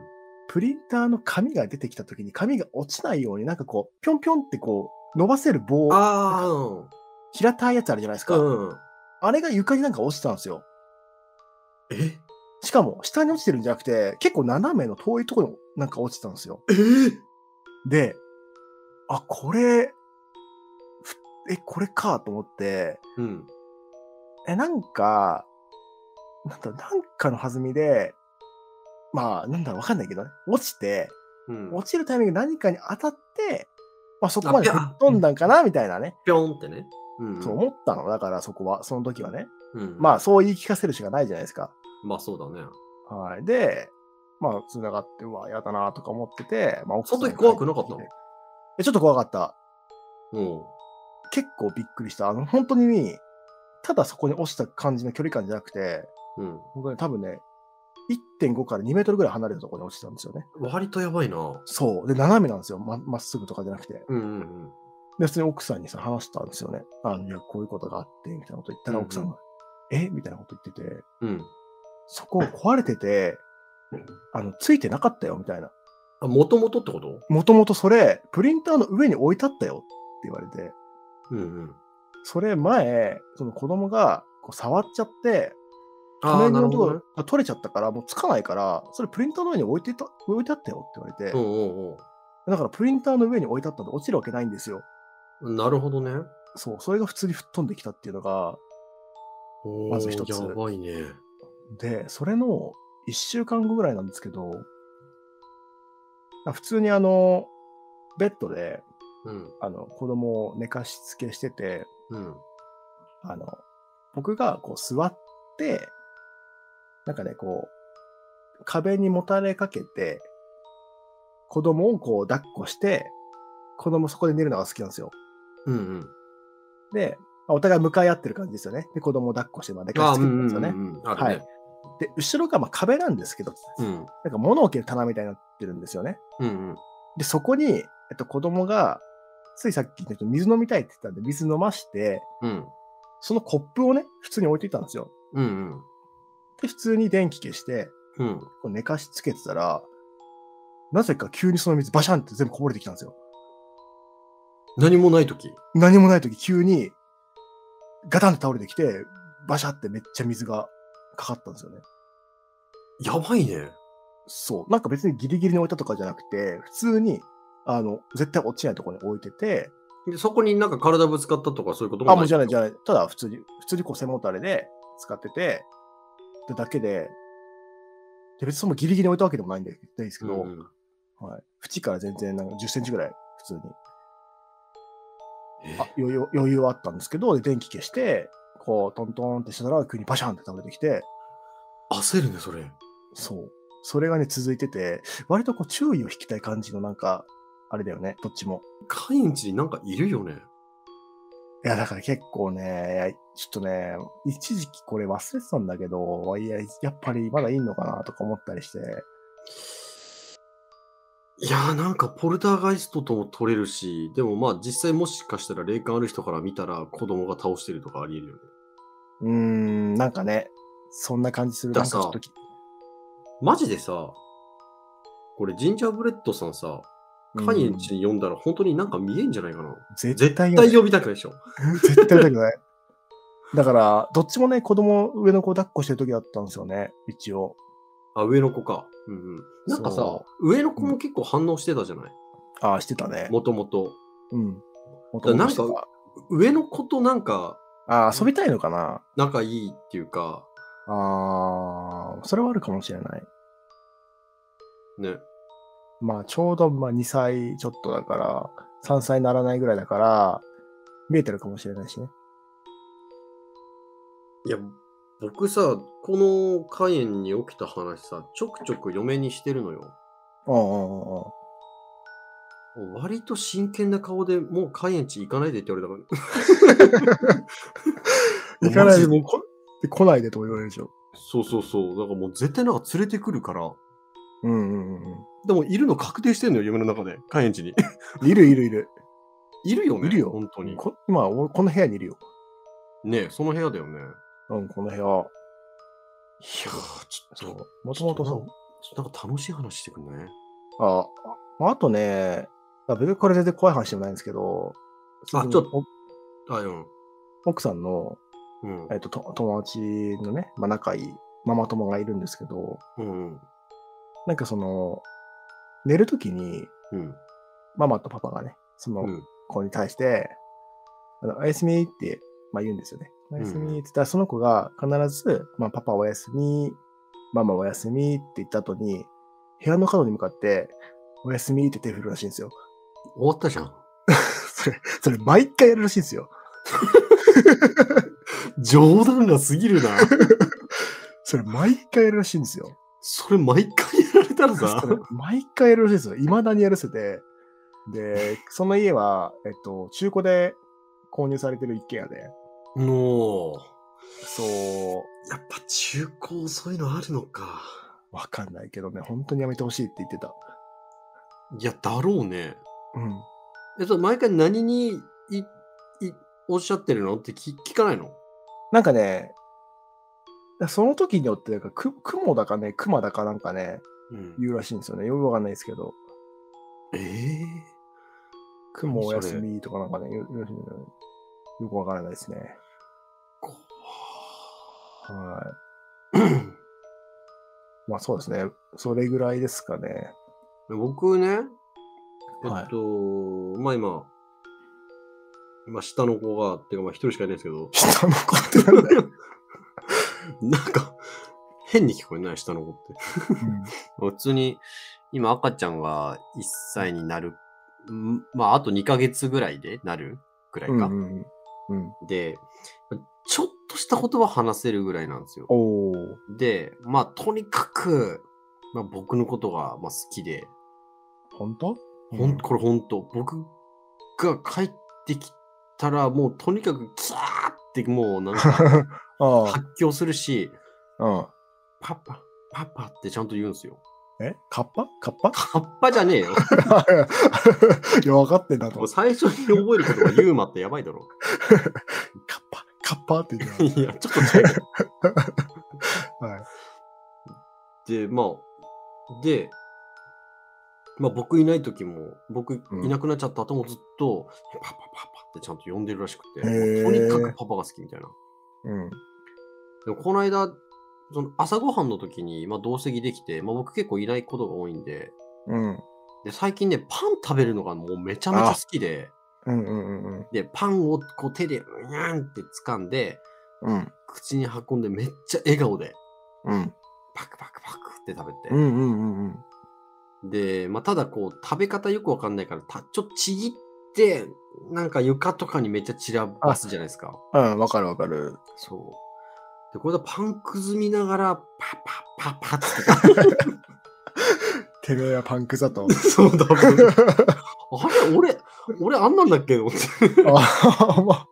[SPEAKER 2] プリンターの紙が出てきたときに紙が落ちないようになんかこう、ぴょんぴょんってこう、伸ばせる棒、
[SPEAKER 1] あー
[SPEAKER 2] 平たいやつあるじゃないですか。
[SPEAKER 1] うん。うん。
[SPEAKER 2] あれが床になんか落ちてたんですよ。
[SPEAKER 1] え
[SPEAKER 2] しかも、下に落ちてるんじゃなくて、結構斜めの遠いところになんか落ちてたんですよ。
[SPEAKER 1] えー
[SPEAKER 2] で、あ、これ、ふえ、これかと思って、
[SPEAKER 1] うん。
[SPEAKER 2] え、なんか、なんだ、なんかの弾みで、まあ、なんだろう、わかんないけどね、落ちて、
[SPEAKER 1] うん。
[SPEAKER 2] 落ちるタイミング何かに当たって、まあそこまで
[SPEAKER 1] あぴ
[SPEAKER 2] 吹
[SPEAKER 1] ゃ
[SPEAKER 2] っ飛んだんかなみたいなね、
[SPEAKER 1] ぴょんってね。うん。
[SPEAKER 2] そう思ったの。だからそこは、その時はね。
[SPEAKER 1] うん。
[SPEAKER 2] まあそう言い聞かせるしかないじゃないですか。
[SPEAKER 1] まあそうだね。
[SPEAKER 2] はい。で、まあ繋がって、うわ、やだなとか思ってて、まあ
[SPEAKER 1] その時怖くなかったの
[SPEAKER 2] えちょっと怖かった。
[SPEAKER 1] うん。
[SPEAKER 2] 結構びっくりした。あの、本当に、ただそこに落ちた感じの距離感じゃなくて、
[SPEAKER 1] うん。
[SPEAKER 2] 僕ね、多分ね、1.5から2メートルぐらい離れたところに落ちてたんですよね。
[SPEAKER 1] 割とやばいな。
[SPEAKER 2] そう。で、斜めなんですよ。ままっすぐとかじゃなくて。
[SPEAKER 1] うんうんうん。
[SPEAKER 2] で、普通に奥さんにさ、話したんですよね。あの、いや、こういうことがあって、みたいなこと言ったら
[SPEAKER 1] うんうん
[SPEAKER 2] 奥さんが、えみたいなこと言ってて、
[SPEAKER 1] うん。
[SPEAKER 2] そこ壊れてて、あの、ついてなかったよ、みたいな。
[SPEAKER 1] あ、もともとってこと
[SPEAKER 2] もともとそれ、プリンターの上に置いてあったよって言われて、
[SPEAKER 1] うんうん。
[SPEAKER 2] それ前、その子供がこう触っちゃって、
[SPEAKER 1] ああ、
[SPEAKER 2] 画
[SPEAKER 1] な
[SPEAKER 2] 面
[SPEAKER 1] る
[SPEAKER 2] の
[SPEAKER 1] ほど、ね
[SPEAKER 2] とこ。が取れちゃったから、もうつかないから、それプリンターの上に置いてた、置いてあったよって言われて、
[SPEAKER 1] うんうん
[SPEAKER 2] だからプリンターの上に置いてあったんで落ちるわけないんですよ。
[SPEAKER 1] うん。なるほどね。
[SPEAKER 2] そう、それが普通に吹っ飛んできたっていうのが、
[SPEAKER 1] おー
[SPEAKER 2] まず一つ
[SPEAKER 1] やばいね。
[SPEAKER 2] で、それの1週間後ぐらいなんですけど、あ普通にあの、ベッドで、
[SPEAKER 1] うん。
[SPEAKER 2] あの、子供を寝かしつけしてて、
[SPEAKER 1] うん。
[SPEAKER 2] あの、僕がこう座って、なんかね、こう、壁にもたれかけて、子供をこう抱っこして、子供そこで寝るのが好きなんですよ。
[SPEAKER 1] うんうん。
[SPEAKER 2] で、まあお互い向かい合ってる感じですよね。で、子供を抱っこして、まあ、寝
[SPEAKER 1] あ
[SPEAKER 2] か
[SPEAKER 1] あ、
[SPEAKER 2] し
[SPEAKER 1] う
[SPEAKER 2] つ
[SPEAKER 1] ん
[SPEAKER 2] けてるん
[SPEAKER 1] う
[SPEAKER 2] で
[SPEAKER 1] ん
[SPEAKER 2] す
[SPEAKER 1] う
[SPEAKER 2] よ
[SPEAKER 1] んう
[SPEAKER 2] ね。
[SPEAKER 1] ん。あるね。
[SPEAKER 2] で、後ろがまあ壁なんですけど、
[SPEAKER 1] うん。
[SPEAKER 2] なんか物置の棚みたいになってるんですよね。
[SPEAKER 1] うんうん。
[SPEAKER 2] で、そこに、えっと、子供が、ついさっきの人水飲みたいって言ったんで、水飲まして、
[SPEAKER 1] うん。
[SPEAKER 2] そのコップをね、普通に置いていたんですよ。
[SPEAKER 1] うんうん。
[SPEAKER 2] で、普通に電気消して、
[SPEAKER 1] うん。
[SPEAKER 2] こう寝かしつけてたら、なぜか急にその水バシャンって全部こぼれてきたんですよ。
[SPEAKER 1] 何もないとき。
[SPEAKER 2] 何もない時急にガタンって倒れてきて、バシャってめっちゃ水がかかったんですよね。
[SPEAKER 1] やばいね。
[SPEAKER 2] そう。なんか別にギリギリに置いたとかじゃなくて、普通に、あの、絶対落ちないところに置いてて、
[SPEAKER 1] でそこになんか体ぶつかったとかそういうこと
[SPEAKER 2] あ、もうじゃないじゃ
[SPEAKER 1] ない。
[SPEAKER 2] ない。ただ普通に、普通にこう背もたれで使ってて、ってだけで、で別にそのギリギリに置いたわけでもないんでないですけど、
[SPEAKER 1] うんうん
[SPEAKER 2] はい、縁から全然なんか10センチぐらい普通に
[SPEAKER 1] え
[SPEAKER 2] あ余裕余裕はあったんですけど、で電気消して、こうトントンってしたら急にバシャンって倒れてきて、
[SPEAKER 1] 焦るね、それ。
[SPEAKER 2] そう。それがね、続いてて、割とこう注意を引きたい感じのなんか、あれだよね、どっちも。
[SPEAKER 1] カインチになんかいるよね。
[SPEAKER 2] いや、だから結構ね、いやちょっとね、一時期これ忘れてたんだけど、いや、やっぱりまだいいのかなとか思ったりして、
[SPEAKER 1] いやーなんかポルターガイストとも取れるし、でもまあ実際もしかしたら霊感ある人から見たら子供が倒してるとかありえるよね。
[SPEAKER 2] うーん、なんかね、そんな感じする。
[SPEAKER 1] だ
[SPEAKER 2] なんかちょっとき、
[SPEAKER 1] マジでさ、これジンジャーブレッドさんさ、カインチ
[SPEAKER 2] うん
[SPEAKER 1] に読んだら本当になんか見えんじゃないかな。
[SPEAKER 2] 絶
[SPEAKER 1] 絶対
[SPEAKER 2] 対読んで
[SPEAKER 1] 呼びたくないでしょ。
[SPEAKER 2] 絶対痛くない。だから、どっちもね、子供、上の子を抱っこしてる時だったんですよね、一応。
[SPEAKER 1] あ、上の子か。うんうん。なんかさ
[SPEAKER 2] そ、
[SPEAKER 1] 上の子も結構反応してたじゃない
[SPEAKER 2] ああ、してたね。
[SPEAKER 1] もともと。
[SPEAKER 2] うん。
[SPEAKER 1] からなんか
[SPEAKER 2] 男の子して
[SPEAKER 1] 上の子となんか
[SPEAKER 2] たああ、遊びたいのかな
[SPEAKER 1] 仲いいっていうか、
[SPEAKER 2] ああ、それはあるかもしれない。
[SPEAKER 1] ね。
[SPEAKER 2] まあ、ちょうど、まあ、2歳ちょっとだから、3歳にならないぐらいだから、見えてるかもしれないしね。
[SPEAKER 1] いや、僕さ、このカインに起きた話さ、ちょくちょく嫁にしてるのよ。
[SPEAKER 2] うんうんうんうん。
[SPEAKER 1] 割と真剣な顔でもう開園地行かないでって言われたから。
[SPEAKER 2] 行か
[SPEAKER 1] マ
[SPEAKER 2] ないで、
[SPEAKER 1] ジ
[SPEAKER 2] もうこ、で来ないでとも言われるでしょ。
[SPEAKER 1] そうそうそう。だからもう絶対なんか連れてくるから。
[SPEAKER 2] うんうんうん
[SPEAKER 1] でもいるの確定してんのよ、夢の中で。開園地に。
[SPEAKER 2] うん。いるいるいる。
[SPEAKER 1] いるよね。
[SPEAKER 2] いるよ
[SPEAKER 1] 本当に。
[SPEAKER 2] こ今、俺、この部屋にいるよ。
[SPEAKER 1] ねえその部屋だよね。いや
[SPEAKER 2] うん、この部屋。
[SPEAKER 1] ー、ち
[SPEAKER 2] そ
[SPEAKER 1] ょっと、
[SPEAKER 2] う。もともとそう。
[SPEAKER 1] ちょっとなんか楽しい話してくんない
[SPEAKER 2] あ、ああとね、あ別にこれ全然怖い話でもないんですけど、
[SPEAKER 1] あちょっとあ、うん。
[SPEAKER 2] お奥さんの、
[SPEAKER 1] うん
[SPEAKER 2] え。っと、と友達のね、まあ、仲いいママ友がいるんですけど、
[SPEAKER 1] うんうん。
[SPEAKER 2] なんかその、寝るときに、
[SPEAKER 1] うん。
[SPEAKER 2] ママとパパがね、そうの
[SPEAKER 1] ん。
[SPEAKER 2] 子に対して、あのおやすみって、まあ、言うんですよね。おやすみって言ったら、その子が必ず、まあ、パパおやすみ、ママおやすみって言った後に、部屋の角に向かって、おやすみって手振るらしいんですよ。
[SPEAKER 1] 終わったじゃん。
[SPEAKER 2] それ、それ毎回やるらしいんですよ。
[SPEAKER 1] 冗談が過ぎるな。
[SPEAKER 2] それ毎回やるらしいんですよ。
[SPEAKER 1] それ毎回やられたらさ
[SPEAKER 2] そ。れ毎回やるらしいんですよ。未だにやらせて。で、その家は、えっと、中古で購入されてる一軒家で、
[SPEAKER 1] もう。
[SPEAKER 2] そう、
[SPEAKER 1] やっぱ中古そういうのあるのか。
[SPEAKER 2] わかんないけどね、本当にやめてほしいって言ってた。
[SPEAKER 1] いや、だろうね。
[SPEAKER 2] うん。
[SPEAKER 1] え、それ毎回何にいいおっしゃってるのって聞聞かないの
[SPEAKER 2] なんかね、その時によってなんか、く、雲だかね、熊だかなんかね、
[SPEAKER 1] うん。
[SPEAKER 2] 言うらしいんですよね。よくわかんないですけど。
[SPEAKER 1] ええ
[SPEAKER 2] 雲お
[SPEAKER 1] 何それ
[SPEAKER 2] 休みとかなんかね、よよよくわからないですね。
[SPEAKER 1] こ
[SPEAKER 2] はい。まあそうですね。それぐらいですかね。
[SPEAKER 1] 僕ね、え
[SPEAKER 2] はい
[SPEAKER 1] っと、まあ今、まあ下の子が、ってかまあ一人しかいないんですけど、
[SPEAKER 2] 下の子ってなんだよ。
[SPEAKER 1] なんか、変に聞こえない、下の子って。普通に、今赤ちゃんが1歳になる、んまああと2ヶ月ぐらいでなるぐらい
[SPEAKER 2] うん。う
[SPEAKER 1] か。
[SPEAKER 2] ん。うん。
[SPEAKER 1] で、ちょっとした言葉話せるぐらいなんですよ。
[SPEAKER 2] おお。
[SPEAKER 1] で、まあとにかく、まあ僕のことがまあ好きで、
[SPEAKER 2] 本当
[SPEAKER 1] ほん、これ本当僕が帰ってきたら、もうとにかく、キャーってもうなん か
[SPEAKER 2] ああ。
[SPEAKER 1] 発狂するし、
[SPEAKER 2] うん。
[SPEAKER 1] パパ、パパってちゃんと言うんですよ。
[SPEAKER 2] えカッパカッパ
[SPEAKER 1] カッパじゃねえよ。
[SPEAKER 2] いや、分かってんだと
[SPEAKER 1] もう
[SPEAKER 2] 思って。
[SPEAKER 1] 最初に覚えることがユーマってやばいだろ。
[SPEAKER 2] カッパカッパって言って
[SPEAKER 1] いや、ちょっと違う。
[SPEAKER 2] た。はい。
[SPEAKER 1] で、まあ、で、まあ僕いない時も、僕
[SPEAKER 2] うん
[SPEAKER 1] いなくなっちゃった後もずっと、パパパパってちゃんと呼んでるらしくて、
[SPEAKER 2] へー
[SPEAKER 1] もうとにかくパパが好きみたいな。
[SPEAKER 2] うん。
[SPEAKER 1] でもこの間、その朝ごはんの時に、まあ、同席できて、まあ、僕結構いないことが多いんで、
[SPEAKER 2] うん。
[SPEAKER 1] で最近ね、パン食べるのがもうめちゃめちゃ好きで、
[SPEAKER 2] うんうんうん
[SPEAKER 1] で、パンをこう手で、うにゃんって掴んで、
[SPEAKER 2] うん。うん。
[SPEAKER 1] 口に運んでめっちゃ笑顔で、
[SPEAKER 2] うん。
[SPEAKER 1] パクパクパクって食べて、
[SPEAKER 2] うんうんうんうん。
[SPEAKER 1] で、まあ、ただこう、食べ方よくわかんないから、たちょっとちぎって、なんか床とかにめっちゃ散らばすじゃないですか。
[SPEAKER 2] うん、わかるわかる。
[SPEAKER 1] そう。で、これでパンくず見ながら、パパパパって。
[SPEAKER 2] てめえはパンクだ と。
[SPEAKER 1] そうだ、多分あれ俺、俺あんなんだっけと思って
[SPEAKER 2] あまあ。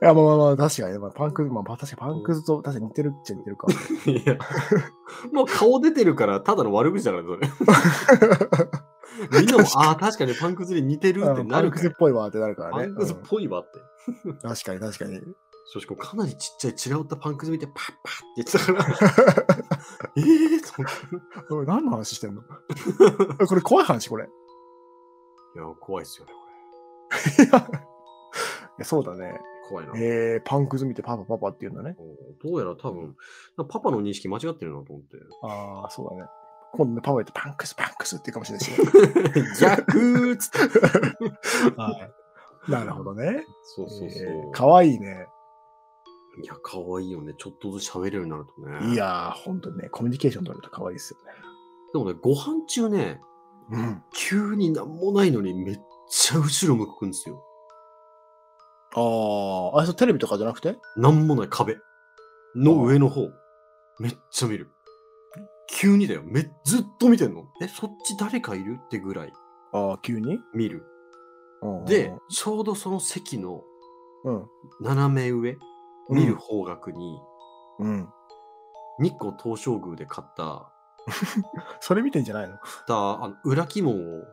[SPEAKER 2] いや、まあまあまあ、確かに、まあ、パンクズ、まあ、確かにパンクズと、確かに似てるっちゃ似てるか。
[SPEAKER 1] いや、もう顔出てるから、ただの悪口だから、それ。みんなも、ああ、確かにパンクズに似てるって
[SPEAKER 2] うんパ
[SPEAKER 1] なる
[SPEAKER 2] ン
[SPEAKER 1] か
[SPEAKER 2] ク
[SPEAKER 1] ら
[SPEAKER 2] ズっぽいわってなるから
[SPEAKER 1] パ
[SPEAKER 2] ね。
[SPEAKER 1] ンクズっぽいわって。
[SPEAKER 2] うん確かに、確かに。
[SPEAKER 1] 正直、かなりちっちゃい散らばったパンクズ見て、パッパッって言ってたから、 ええー、と思って。
[SPEAKER 2] 俺何の話してんの これ怖い話、これ。い
[SPEAKER 1] いや、怖いっすよね、こ
[SPEAKER 2] やそうだね。
[SPEAKER 1] れ。怖いな。
[SPEAKER 2] えー、パンクズ見てパパパパって言うんだね。
[SPEAKER 1] どうやら多分、なんかパパの認識間違ってるなと思って。
[SPEAKER 2] ああ、そうだね。今度ね、パパ言ってパンクズ、パンクズって言うかもしれないしね、
[SPEAKER 1] 逆ーっつって。
[SPEAKER 2] はい。 なるほどね。
[SPEAKER 1] そうそうそう。
[SPEAKER 2] えーかわいいね。
[SPEAKER 1] いや、可愛いよね。ちょっとずつ喋れるようになるとね。
[SPEAKER 2] い。やー、ほんとね、コミュニケーション取れるとかわいいですよね。
[SPEAKER 1] でもね、ご飯中ね、
[SPEAKER 2] うん。
[SPEAKER 1] 急になんもないのにめっちゃ後ろ向くんですよ。
[SPEAKER 2] ああ、あれ、そうテレビとかじゃなくて
[SPEAKER 1] なんもない壁の上の方。めっちゃ見る。急にだよ。め、ずっと見てんの。え、そっち誰かいるってぐらい
[SPEAKER 2] ああ、急に
[SPEAKER 1] 見る。
[SPEAKER 2] うん
[SPEAKER 1] で、ちょうどその席の
[SPEAKER 2] うん。
[SPEAKER 1] 斜め上、見る方角に、
[SPEAKER 2] うん。
[SPEAKER 1] 日光東照宮で買った、
[SPEAKER 2] それ見てんじゃないの
[SPEAKER 1] たあの裏鬼門を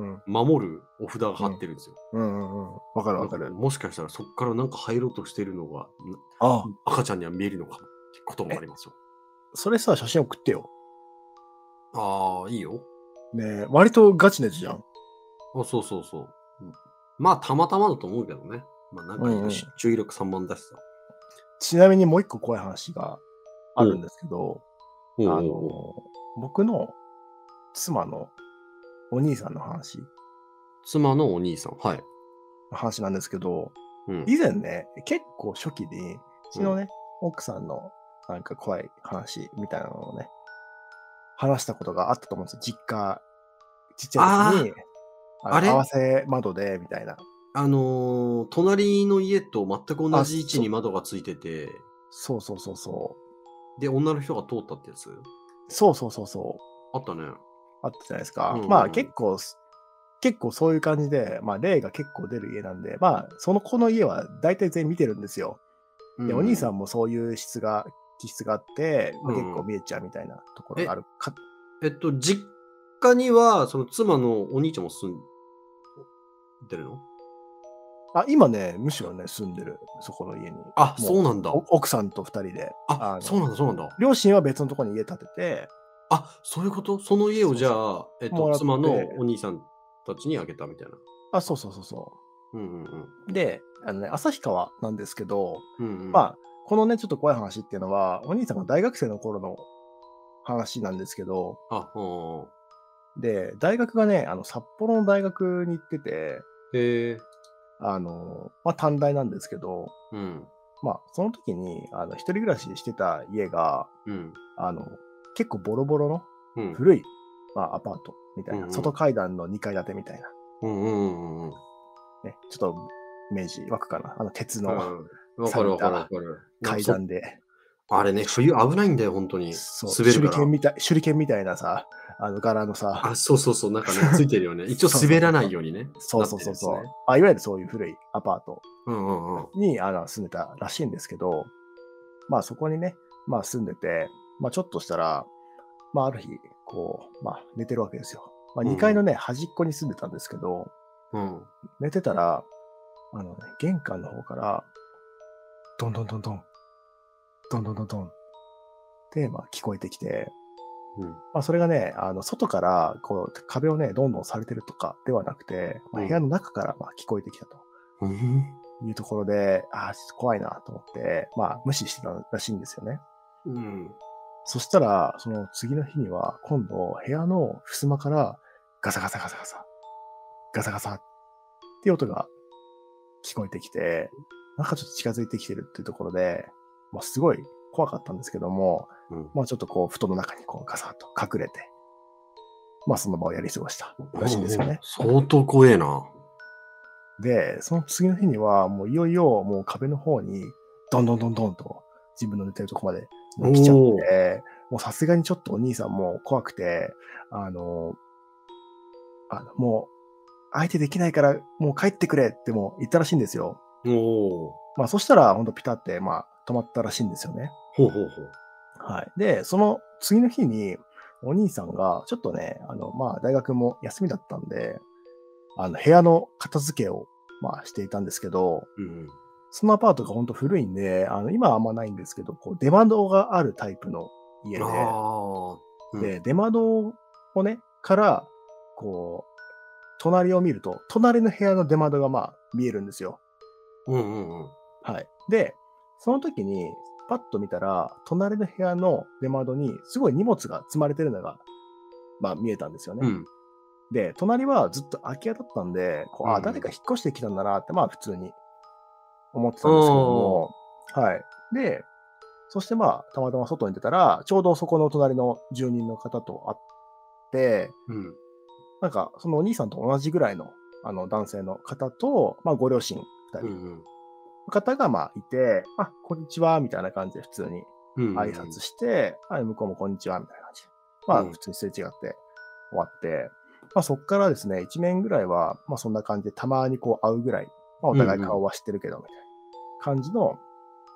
[SPEAKER 2] うん。
[SPEAKER 1] 守るお札が貼ってるんですよ。
[SPEAKER 2] うんうんうん。わかるわか
[SPEAKER 1] なん
[SPEAKER 2] る。
[SPEAKER 1] もしかしたらそこからなんか入ろうとしてるのが
[SPEAKER 2] ああ、
[SPEAKER 1] 赤ちゃんには見えるのかもってこともありますよ。
[SPEAKER 2] それさ、写真送ってよ。
[SPEAKER 1] ああ、いいよ。
[SPEAKER 2] ねえ、割とガチなやつじゃん。
[SPEAKER 1] あそうそうそう。うんまあ、たまたまだと思うけどね。まあ、なんか
[SPEAKER 2] うんうん
[SPEAKER 1] よし、注意力散漫だしさ。
[SPEAKER 2] ちなみにもう一個怖い話があるんですけど、
[SPEAKER 1] あ
[SPEAKER 2] あの、僕の妻のお兄さんの話、
[SPEAKER 1] 妻のお兄さん。はい。
[SPEAKER 2] 話なんですけど、
[SPEAKER 1] うん、
[SPEAKER 2] 以前ね、結構初期に、うちのね、奥さんのなんか怖い話みたいなのをね、話したことがあったと思うんですよ。実家、ちっちゃい時に、あの
[SPEAKER 1] あれ
[SPEAKER 2] 合わせ窓で、みたいな。
[SPEAKER 1] あのー隣の家と全く同じ位置
[SPEAKER 2] あ
[SPEAKER 1] に
[SPEAKER 2] そ
[SPEAKER 1] 窓がついてて、
[SPEAKER 2] そうそうそうそう。
[SPEAKER 1] で、女の人が通ったってやつ
[SPEAKER 2] そうそうそうそう。
[SPEAKER 1] あったね。
[SPEAKER 2] あったじゃないですか。
[SPEAKER 1] うんうん
[SPEAKER 2] まあ結構す、結構そういう感じで、まあ霊が結構出る家なんで、まあその子の家は大体全員見てるんですよ。で、お兄さ
[SPEAKER 1] ん。
[SPEAKER 2] んもそういう質が、気質があって、まあ
[SPEAKER 1] うんうん
[SPEAKER 2] 結構見えちゃうみたいなところがあるか。
[SPEAKER 1] えっと、実家には、その妻のお兄ちゃんも住んでるの
[SPEAKER 2] あ、今ね、むしろね、住んでる、そこの家に。
[SPEAKER 1] あ、
[SPEAKER 2] もう
[SPEAKER 1] そうなんだ。
[SPEAKER 2] お奥さんと二人で。あ
[SPEAKER 1] あ、
[SPEAKER 2] の
[SPEAKER 1] そうなんだ、そうなんだ。
[SPEAKER 2] 両親は別のところに家建てて、
[SPEAKER 1] あ、そういうことその家をじゃあ、えっ
[SPEAKER 2] も
[SPEAKER 1] と、
[SPEAKER 2] らって
[SPEAKER 1] 妻のお兄さんたちにあげたみたいな。
[SPEAKER 2] あ、そうそうそうそ
[SPEAKER 1] うんうんうん。
[SPEAKER 2] う。で、あのね、旭川なんですけど、
[SPEAKER 1] うんうん、
[SPEAKER 2] まあ、このね、ちょっと怖い話っていうのは、お兄さんが大学生の頃の話なんですけど、
[SPEAKER 1] あ。あ、うんうん。
[SPEAKER 2] で、大学がね、あの、札幌の大学に行ってて、
[SPEAKER 1] へえ。
[SPEAKER 2] あの、まあ、短大なんですけど、
[SPEAKER 1] うん。
[SPEAKER 2] まあ、その時に、あの、一人暮らししてた家が、
[SPEAKER 1] うん。
[SPEAKER 2] あの、結構ボロボロの
[SPEAKER 1] うん。
[SPEAKER 2] 古い、まあ、アパートみたい
[SPEAKER 1] うんう
[SPEAKER 2] な、
[SPEAKER 1] ん
[SPEAKER 2] 外階段の2階建てみたいな、
[SPEAKER 1] うんうんうんうん。
[SPEAKER 2] ね、ちょっと、イメージ湧くかな。あの、鉄
[SPEAKER 1] うん
[SPEAKER 2] の
[SPEAKER 1] わかるわかるわかる。
[SPEAKER 2] 階
[SPEAKER 1] そ
[SPEAKER 2] 段で、
[SPEAKER 1] あれね、冬危ないんだよ、本当に。
[SPEAKER 2] そう、
[SPEAKER 1] 滑
[SPEAKER 2] 手
[SPEAKER 1] る
[SPEAKER 2] 裏
[SPEAKER 1] から
[SPEAKER 2] 剣。みたい、手裏剣みたいなさ、あの、柄のさ、
[SPEAKER 1] あ、そうそうそう、なんかね、 ついてるよね。一応
[SPEAKER 2] そうそうそう
[SPEAKER 1] 滑らないようにね。
[SPEAKER 2] そうそうそうそう、
[SPEAKER 1] なってるや
[SPEAKER 2] あ、いわゆるそういう古いアパート
[SPEAKER 1] つねうんうんうん。
[SPEAKER 2] にあの住んでたらしいんですけど、まあそこにね、まあ住んでて、まあちょっとしたら、まあある日、こう、まあ寝てるわけですよ。まあ
[SPEAKER 1] うん
[SPEAKER 2] 2階のね、端っこに住んでたんですけど、
[SPEAKER 1] うん。
[SPEAKER 2] 寝てたら、あのね、玄関の方から、どんどんどんどん、どんどんどんどんって、まあ聞こえてきて、
[SPEAKER 1] うん
[SPEAKER 2] まあそれがね、あの外からこう壁をね、どんどんされてるとかではなくて、まあ、
[SPEAKER 1] うん
[SPEAKER 2] 部屋の中からまあ聞こえてきたと。
[SPEAKER 1] うん。
[SPEAKER 2] いうところで、ああ、ちょっと怖いなと思って、まあ、無視してたらしいんですよね。
[SPEAKER 1] うん。
[SPEAKER 2] そしたら、その次の日には、今度、部屋の襖から、ガサガサガサガサ、ガサガサっていう音が聞こえてきて、なんかちょっと近づいてきてるっていうところで、まあ、すごい怖かったんですけども、
[SPEAKER 1] うん
[SPEAKER 2] まあ、ちょっとこう、布団の中にこう、ガサッと隠れて、まあ、その場をやり過ごしたらしいんですよね。
[SPEAKER 1] 相当怖えな。
[SPEAKER 2] で、その次の日には、もういよいよもう壁の方に、どんどんどんどんと自分の寝てるとこまでもう来ちゃって、もうさすがにちょっとお兄さんも怖くて、あの、あのもう相手できないからもう帰ってくれってもう言ったらしいんですよ。
[SPEAKER 1] おお。
[SPEAKER 2] まあそしたら、ほんとピタって、まあ止まったらしいんですよね。
[SPEAKER 1] ほうほうほう。
[SPEAKER 2] はい。で、その次の日に、お兄さんが、ちょっとね、あの、まあ、大学も休みだったんで、あの、部屋の片付けを、まあ、していたんですけど、
[SPEAKER 1] うん
[SPEAKER 2] そのアパートが本当古いんで、あの、今はあんまないんですけど、こう、出窓があるタイプの
[SPEAKER 1] う
[SPEAKER 2] 家で
[SPEAKER 1] ん。、ああ。うん
[SPEAKER 2] で、出窓をね、から、こう、隣を見ると、隣の部屋の出窓がまあ、見えるんですよ。
[SPEAKER 1] うんうんうん。
[SPEAKER 2] はい。で、その時に、パッと見たら、隣の部屋の出窓に、すごい荷物が積まれてるのが、まあ見えたんですよね。
[SPEAKER 1] うん。
[SPEAKER 2] で、隣はずっと空き家だったんで、こう
[SPEAKER 1] うん
[SPEAKER 2] あ、誰か引っ越してきたんだなって、まあ普通に思ってたんですけども、はい。で、そしてまあ、たまたま外に出たら、ちょうどそこの隣の住人の方と会って、
[SPEAKER 1] うん。
[SPEAKER 2] なんか、そのお兄さんと同じぐらいの、あの、男性の方と、まあ、ご両親二人
[SPEAKER 1] うんうん。
[SPEAKER 2] 方がまあいて、あ、こんにちは、みたいな感じで普通に
[SPEAKER 1] うん。
[SPEAKER 2] 挨拶して、あ向こうもこんにちは、みたいな感じで。まあ
[SPEAKER 1] うん
[SPEAKER 2] 普通にすれ違って終わって、まあそっからですね、1年ぐらいは、まあそんな感じでたまにこう会うぐらい、まあお互い顔は知ってるけど、みたいな感じの、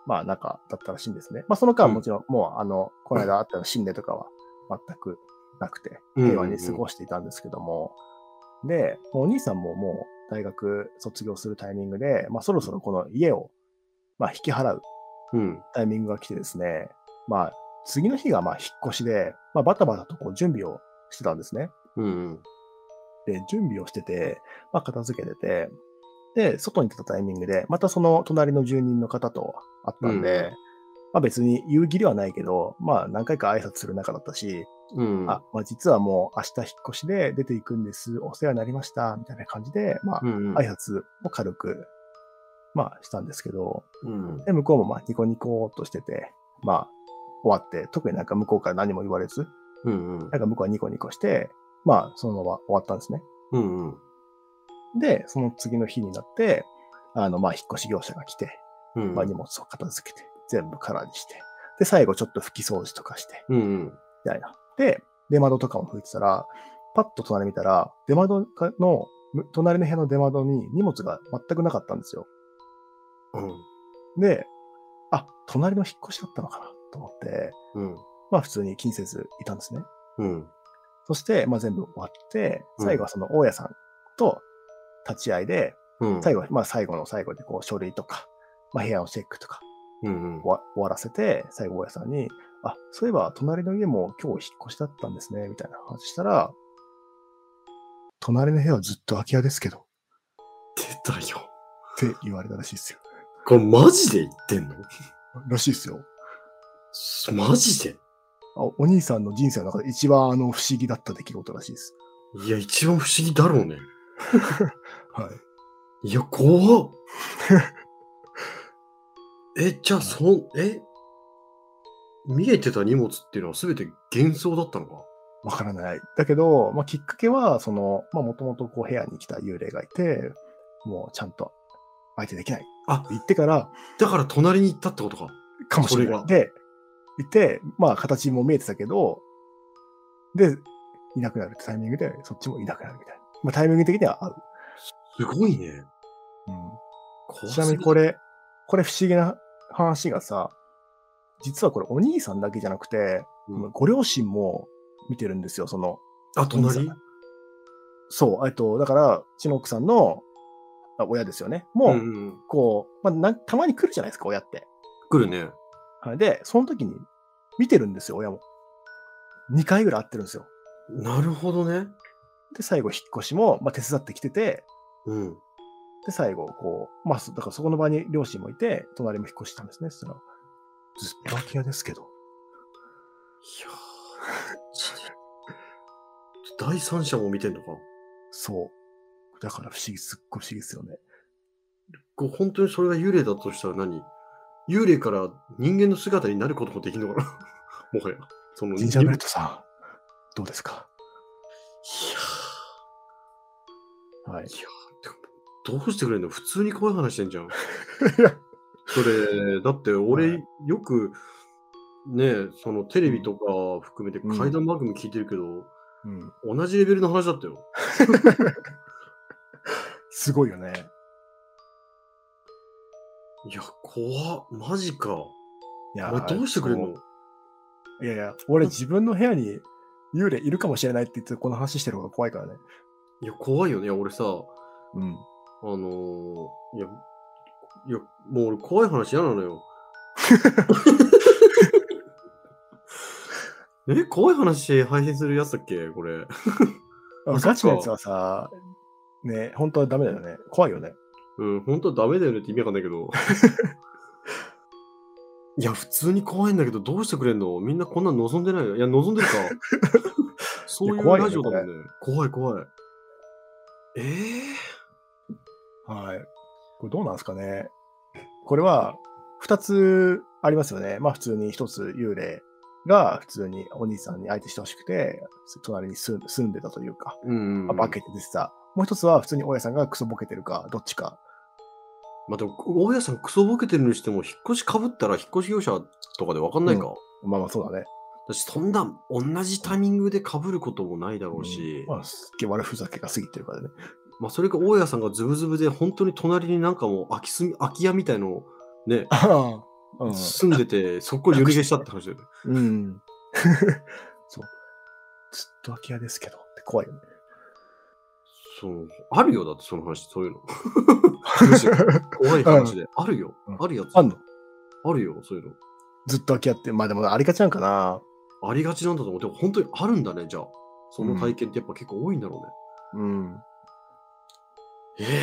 [SPEAKER 2] まあ仲だったらしいんですね。まあその間
[SPEAKER 1] うん
[SPEAKER 2] もちろん、もうあの、この間あったの心霊とかは全くなくて、
[SPEAKER 1] うんうんうん
[SPEAKER 2] 平和に過ごしていたんですけども、で、もうお兄さんももう大学卒業するタイミングで、まあそろそろこの家を、まあ引き払う
[SPEAKER 1] うん。
[SPEAKER 2] タイミングが来てですね、まあ、次の日がまあ引っ越しで、まあ、バタバタとこう準備をしてたんですね。
[SPEAKER 1] うんうん。
[SPEAKER 2] で、準備をしてて、まあ、片付けてて、で、外に出たタイミングで、またその隣の住人の方と会ったんで、
[SPEAKER 1] うん
[SPEAKER 2] まあ別に言う義理はないけど、まあ何回か挨拶する仲だったし、
[SPEAKER 1] うん。
[SPEAKER 2] あ、まあ実はもう明日引っ越しで出ていくんです、お世話になりました、みたいな感じで、まあ
[SPEAKER 1] うんうん。
[SPEAKER 2] 挨拶を軽く、まあしたんですけど、
[SPEAKER 1] うん。
[SPEAKER 2] で、向こうもまあニコニコっとしてて、まあ終わって、特になんか向こうから何も言われず、
[SPEAKER 1] うんうん
[SPEAKER 2] なんか向こうはニコニコして、まあそのまま終わったんですね。
[SPEAKER 1] うんうん。
[SPEAKER 2] で、その次の日になって、あのまあ引っ越し業者が来て、
[SPEAKER 1] うん。
[SPEAKER 2] まあ荷物を片付けて、全部空にして、で、最後ちょっと拭き掃除とかして、
[SPEAKER 1] うんうん。
[SPEAKER 2] みたいな。で、出窓とかも拭いてたら、パッと隣見たら、出窓かの、む隣の部屋の出窓に荷物が全くなかったんですよ。
[SPEAKER 1] うん。
[SPEAKER 2] で、あ、隣の引っ越しだったのかなと思って、
[SPEAKER 1] うん。
[SPEAKER 2] まあ普通に気にせずいたんですね。
[SPEAKER 1] うん。
[SPEAKER 2] そして、まあ全部終わって、
[SPEAKER 1] うん
[SPEAKER 2] 最後はその大家さんと立ち会いで、
[SPEAKER 1] うん。
[SPEAKER 2] 最後は、まあ最後の最後でこう書類とか、まあ部屋のチェックとか
[SPEAKER 1] うんうん
[SPEAKER 2] 終わ終わらせて、最後大家さんに、あ、そういえば隣の家も今日引っ越しだったんですね、みたいな話したら、隣の部屋はずっと空き家ですけど、っ
[SPEAKER 1] 出たよ。
[SPEAKER 2] て言われたらしいですよ。
[SPEAKER 1] これマジで言ってんの
[SPEAKER 2] らしいですよ。
[SPEAKER 1] すマジで
[SPEAKER 2] あお兄さんの人生の中で一番あの不思議だった出来事らしいです。
[SPEAKER 1] いや、一番不思議だろうね。
[SPEAKER 2] はい。
[SPEAKER 1] いや、怖っ え、じゃあ、そん、え見えてた荷物っていうのは全て幻想だったのか
[SPEAKER 2] わからない。だけど、まあ、きっかけは、その、まあ、もともとこう部屋に来た幽霊がいて、もうちゃんと相手できない。
[SPEAKER 1] あ
[SPEAKER 2] って言ってから、
[SPEAKER 1] だから隣に行ったってことか。
[SPEAKER 2] かもしれ
[SPEAKER 1] それが
[SPEAKER 2] ない。で、いて、まあ、形も見えてたけど、で、いなくなるってタイミングで、そっちもいなくなるみたいな。まあ、タイミング的には合う。
[SPEAKER 1] すごいね。
[SPEAKER 2] うん、ちなみにこ
[SPEAKER 1] れ。
[SPEAKER 2] れ、これ不思議な話がさ、実はこれお兄さんだけじゃなくて、
[SPEAKER 1] うん
[SPEAKER 2] ご両親も見てるんですよ、その、
[SPEAKER 1] あ、
[SPEAKER 2] お兄
[SPEAKER 1] 隣
[SPEAKER 2] さんそう、えっと、だから、うちの奥さんのあ親ですよね。もう、
[SPEAKER 1] うんうん。
[SPEAKER 2] こう、まあなん、たまに来るじゃないですか、親って。
[SPEAKER 1] 来るね。
[SPEAKER 2] はいで、その時に見てるんですよ、親も。2回ぐらい会ってるんですよ。
[SPEAKER 1] なるほどね。
[SPEAKER 2] で、最後、引っ越しも、まあ、手伝ってきてて、
[SPEAKER 1] うん。
[SPEAKER 2] で、最後、こう、まあ、そだからそこの場に両親もいて、隣も引っ越したんですね。そしたら、ずっと空き家ですけど。
[SPEAKER 1] いやー第三者も見てんのか。
[SPEAKER 2] そう。だから不思議、すっごい不思議ですよね。
[SPEAKER 1] こう本当にそれが幽霊だとしたら何幽霊から人間の姿になることもできるのかな もはや。その
[SPEAKER 2] ジンジャーベルトさん、どうですか
[SPEAKER 1] いや
[SPEAKER 2] はい。
[SPEAKER 1] ーどうしてくれんの普通に怖い話してんじゃん。
[SPEAKER 2] いや
[SPEAKER 1] それ、だって俺、
[SPEAKER 2] はい
[SPEAKER 1] よく、ねえ、そのテレビとか含めて
[SPEAKER 2] うん
[SPEAKER 1] 怪談番組聞いてるけど、
[SPEAKER 2] うん。
[SPEAKER 1] 同じレベルの話だったよ。
[SPEAKER 2] すごいよね。
[SPEAKER 1] いや、怖っ。マジか。
[SPEAKER 2] いや
[SPEAKER 1] お前どうしてくれんの
[SPEAKER 2] そういやいや、俺自分の部屋に幽霊いるかもしれないって言ってこの話してる方が怖いからね。
[SPEAKER 1] いや、怖いよね。俺さ、あの
[SPEAKER 2] うん。
[SPEAKER 1] ーいや、いや、もう俺怖い話嫌なのよ。 え、怖い話配信するやつだっけこれ。あ
[SPEAKER 2] ガチのやつ
[SPEAKER 1] そ
[SPEAKER 2] はさ、ね、本当はダメだよね。怖いよね。
[SPEAKER 1] うん、本当はダメだよねって意味わかんないけど。 いや、普通に怖いんだけど、どうしてくれんのみんなこんなの望んで ないよ。いや、望んでるか。そう
[SPEAKER 2] い
[SPEAKER 1] い
[SPEAKER 2] や
[SPEAKER 1] う
[SPEAKER 2] 怖いよね
[SPEAKER 1] ラジオだもんね。怖い怖い。ええ
[SPEAKER 2] はい。これどうなんですかね。これは2つありますよね。まあ普通に1つ幽霊が普通にお兄さんに相手してほしくて、隣に住ん住んでたというか、
[SPEAKER 1] うん、
[SPEAKER 2] まあ、化けて出てた。もう1つは普通に大家さんがクソボケてるか、どっちか。
[SPEAKER 1] まあでも、大家さんクソボケてるにしても、引っ越しかぶったら引っ越し業者とかでわかんないか。
[SPEAKER 2] まあまあそうだね。
[SPEAKER 1] 私、そんな同じタイミングでかぶることもないだろうし、
[SPEAKER 2] まあすっげえ悪ふざけが過ぎてるからね。
[SPEAKER 1] まあそれか大家さんがズブズブで、本当に隣になんかもう空き巣み空き家みたいのをね、
[SPEAKER 2] ああ。うん。
[SPEAKER 1] 住んでて、そこを夜逃げしたって話だよね。
[SPEAKER 2] うん。そう。ずっと空き家ですけど。って怖いよね。
[SPEAKER 1] そう。あるよ、だってその話、そう いうの。むしろ怖い話で。あるよ
[SPEAKER 2] う。ん
[SPEAKER 1] あるやつ。
[SPEAKER 2] あんの
[SPEAKER 1] あるよ、そういうの。
[SPEAKER 2] ずっと空き家って、まあでもありがちなんかな。
[SPEAKER 1] ありがちなんだと思う。でも本当にあるんだね、じゃあ。その体験ってやっぱ結構多いんだろ
[SPEAKER 2] うん。
[SPEAKER 1] うね。ええ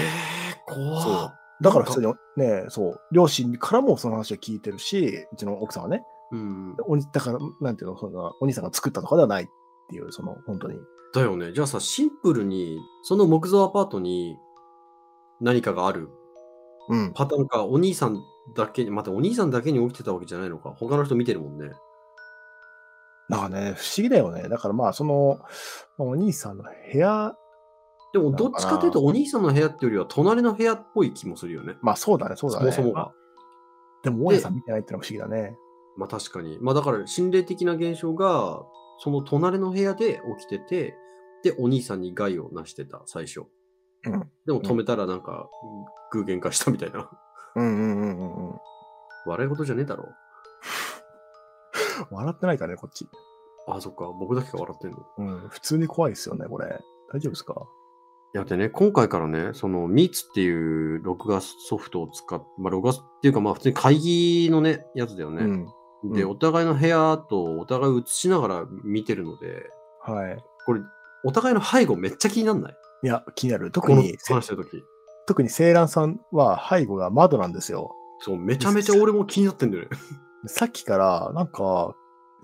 [SPEAKER 1] 怖
[SPEAKER 2] そ
[SPEAKER 1] そう
[SPEAKER 2] だから普通にね、そう、両親からもその話を聞いてるし、うちの奥さんはね、
[SPEAKER 1] う。うん。
[SPEAKER 2] おにだから、なんていうの、そんなお兄さんが作ったとかではないっていう、その、本当に。
[SPEAKER 1] だよね。じゃあさ、シンプルに、その木造アパートに何かがある
[SPEAKER 2] うん。
[SPEAKER 1] パターンか、お兄さんだけに、またお兄さんだけに起きてたわけじゃないのか。他の人見てるもんね。
[SPEAKER 2] なんかね、不思議だよね。だからまあ、その、まあお兄さんの部屋、
[SPEAKER 1] でも、どっちかというと、お兄さんの部屋っていうよりは、隣の部屋っぽい気もするよね。
[SPEAKER 2] まあそうだね、そうだ
[SPEAKER 1] そ
[SPEAKER 2] ね。
[SPEAKER 1] もそもが。
[SPEAKER 2] でも、大家さん見てないってのは不思議だね。
[SPEAKER 1] まあ確かに。まあだから心霊的な現象が、その隣の部屋で起きてて、で、お兄さんに害をなしてた、最初。
[SPEAKER 2] うん
[SPEAKER 1] でも止めたらなんか、具現化したみたいな。
[SPEAKER 2] うんうんうんうんうん。
[SPEAKER 1] 笑い事じゃねえだろ。
[SPEAKER 2] 笑ってないからね、こっち。
[SPEAKER 1] ああ、そっか。僕だけが笑ってんの。い
[SPEAKER 2] うん、普通に怖いですよね、これ。大丈夫ですか
[SPEAKER 1] や、でね、今回からね、その、ミーツっていう録画ソフトを使って、まあ、録画っていうか、まあ、普通に会議のね、やつだよね。
[SPEAKER 2] うん。
[SPEAKER 1] で、
[SPEAKER 2] うん
[SPEAKER 1] お互いの部屋とお互い映しながら見てるので、
[SPEAKER 2] はい。
[SPEAKER 1] これ、お互いの背後めっちゃ気になんない
[SPEAKER 2] いや、気になる。特
[SPEAKER 1] この
[SPEAKER 2] に、
[SPEAKER 1] 話してる時
[SPEAKER 2] 特にセイランさんは背後が窓なんですよ。
[SPEAKER 1] そう、めちゃめちゃ俺も気になってんだよね。
[SPEAKER 2] さっきから、なんか、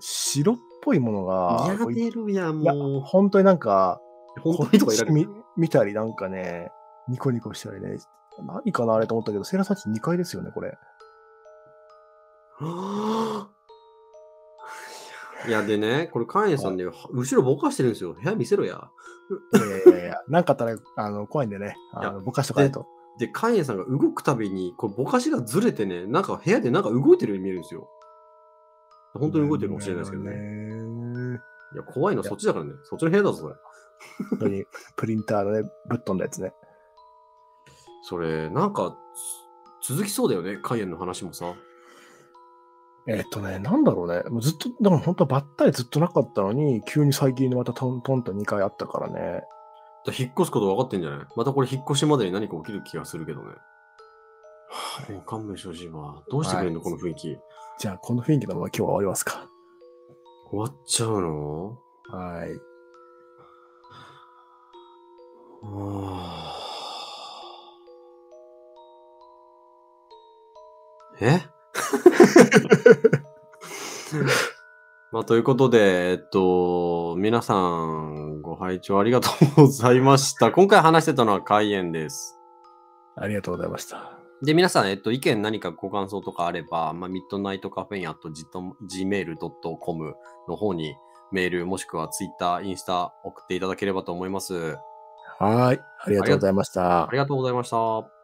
[SPEAKER 2] 白っぽいものが、
[SPEAKER 1] や
[SPEAKER 2] こうい
[SPEAKER 1] めるやん、
[SPEAKER 2] いや
[SPEAKER 1] もう。
[SPEAKER 2] 本当になんか、
[SPEAKER 1] 本当にとかいら
[SPEAKER 2] こっ
[SPEAKER 1] れ
[SPEAKER 2] ち
[SPEAKER 1] る。
[SPEAKER 2] 見見たり、なんかね、ニコニコしたりね、何かなあれと思ったけど、セイランさんち2階ですよね、これ。
[SPEAKER 1] はぁいや、でね、これ、カンエさんね、後ろぼかしてるんですよ。部屋見せろや。
[SPEAKER 2] いやいやいやいや、なんかあったら、あの、怖いんでね、あのぼかしとかないと。
[SPEAKER 1] で、カンエさんが動くたびに、これ、ぼかしがずれてね、なんか部屋でなんか動いてるように見えるんですよ。本当に動いてるかもしれないですけどね。
[SPEAKER 2] ね。
[SPEAKER 1] いや、怖いのはそっちだからね。そっちの部屋だぞ、それ。
[SPEAKER 2] 本当に、プリンターのね、ぶっ飛んだやつね。
[SPEAKER 1] それ、なんか、つ続きそうだよね、カイエンの話もさ。
[SPEAKER 2] えっとね、なんだろうね。もうずっと、だから本当ばったりずっとなかったのに、急に最近にまたトントンと2回あったからね。
[SPEAKER 1] だ引っ越すこと分かってんじゃないまたこれ引っ越しまでに何か起きる気がするけどね。もう勘弁してほしいわ。どうしてくれんの、
[SPEAKER 2] は
[SPEAKER 1] こ
[SPEAKER 2] い
[SPEAKER 1] の雰囲気。
[SPEAKER 2] じゃあ、この雰囲気のまま今日は終わりますか。
[SPEAKER 1] 終わっちゃうの
[SPEAKER 2] はい。
[SPEAKER 1] あーえ まあ、ということで、えっと、皆さん、ご拝聴ありがとうございました。今回話してたのは開演です。
[SPEAKER 2] ありがとうございました。
[SPEAKER 1] で、皆さん、えっと、意見何かご感想とかあれば、まあ、ミッドナイトカフェイン at gmail.com の方にメール、もしくはツイッター、インスタ送っていただければと思います。
[SPEAKER 2] はい。ありがとうございました
[SPEAKER 1] あ。りがとうございました。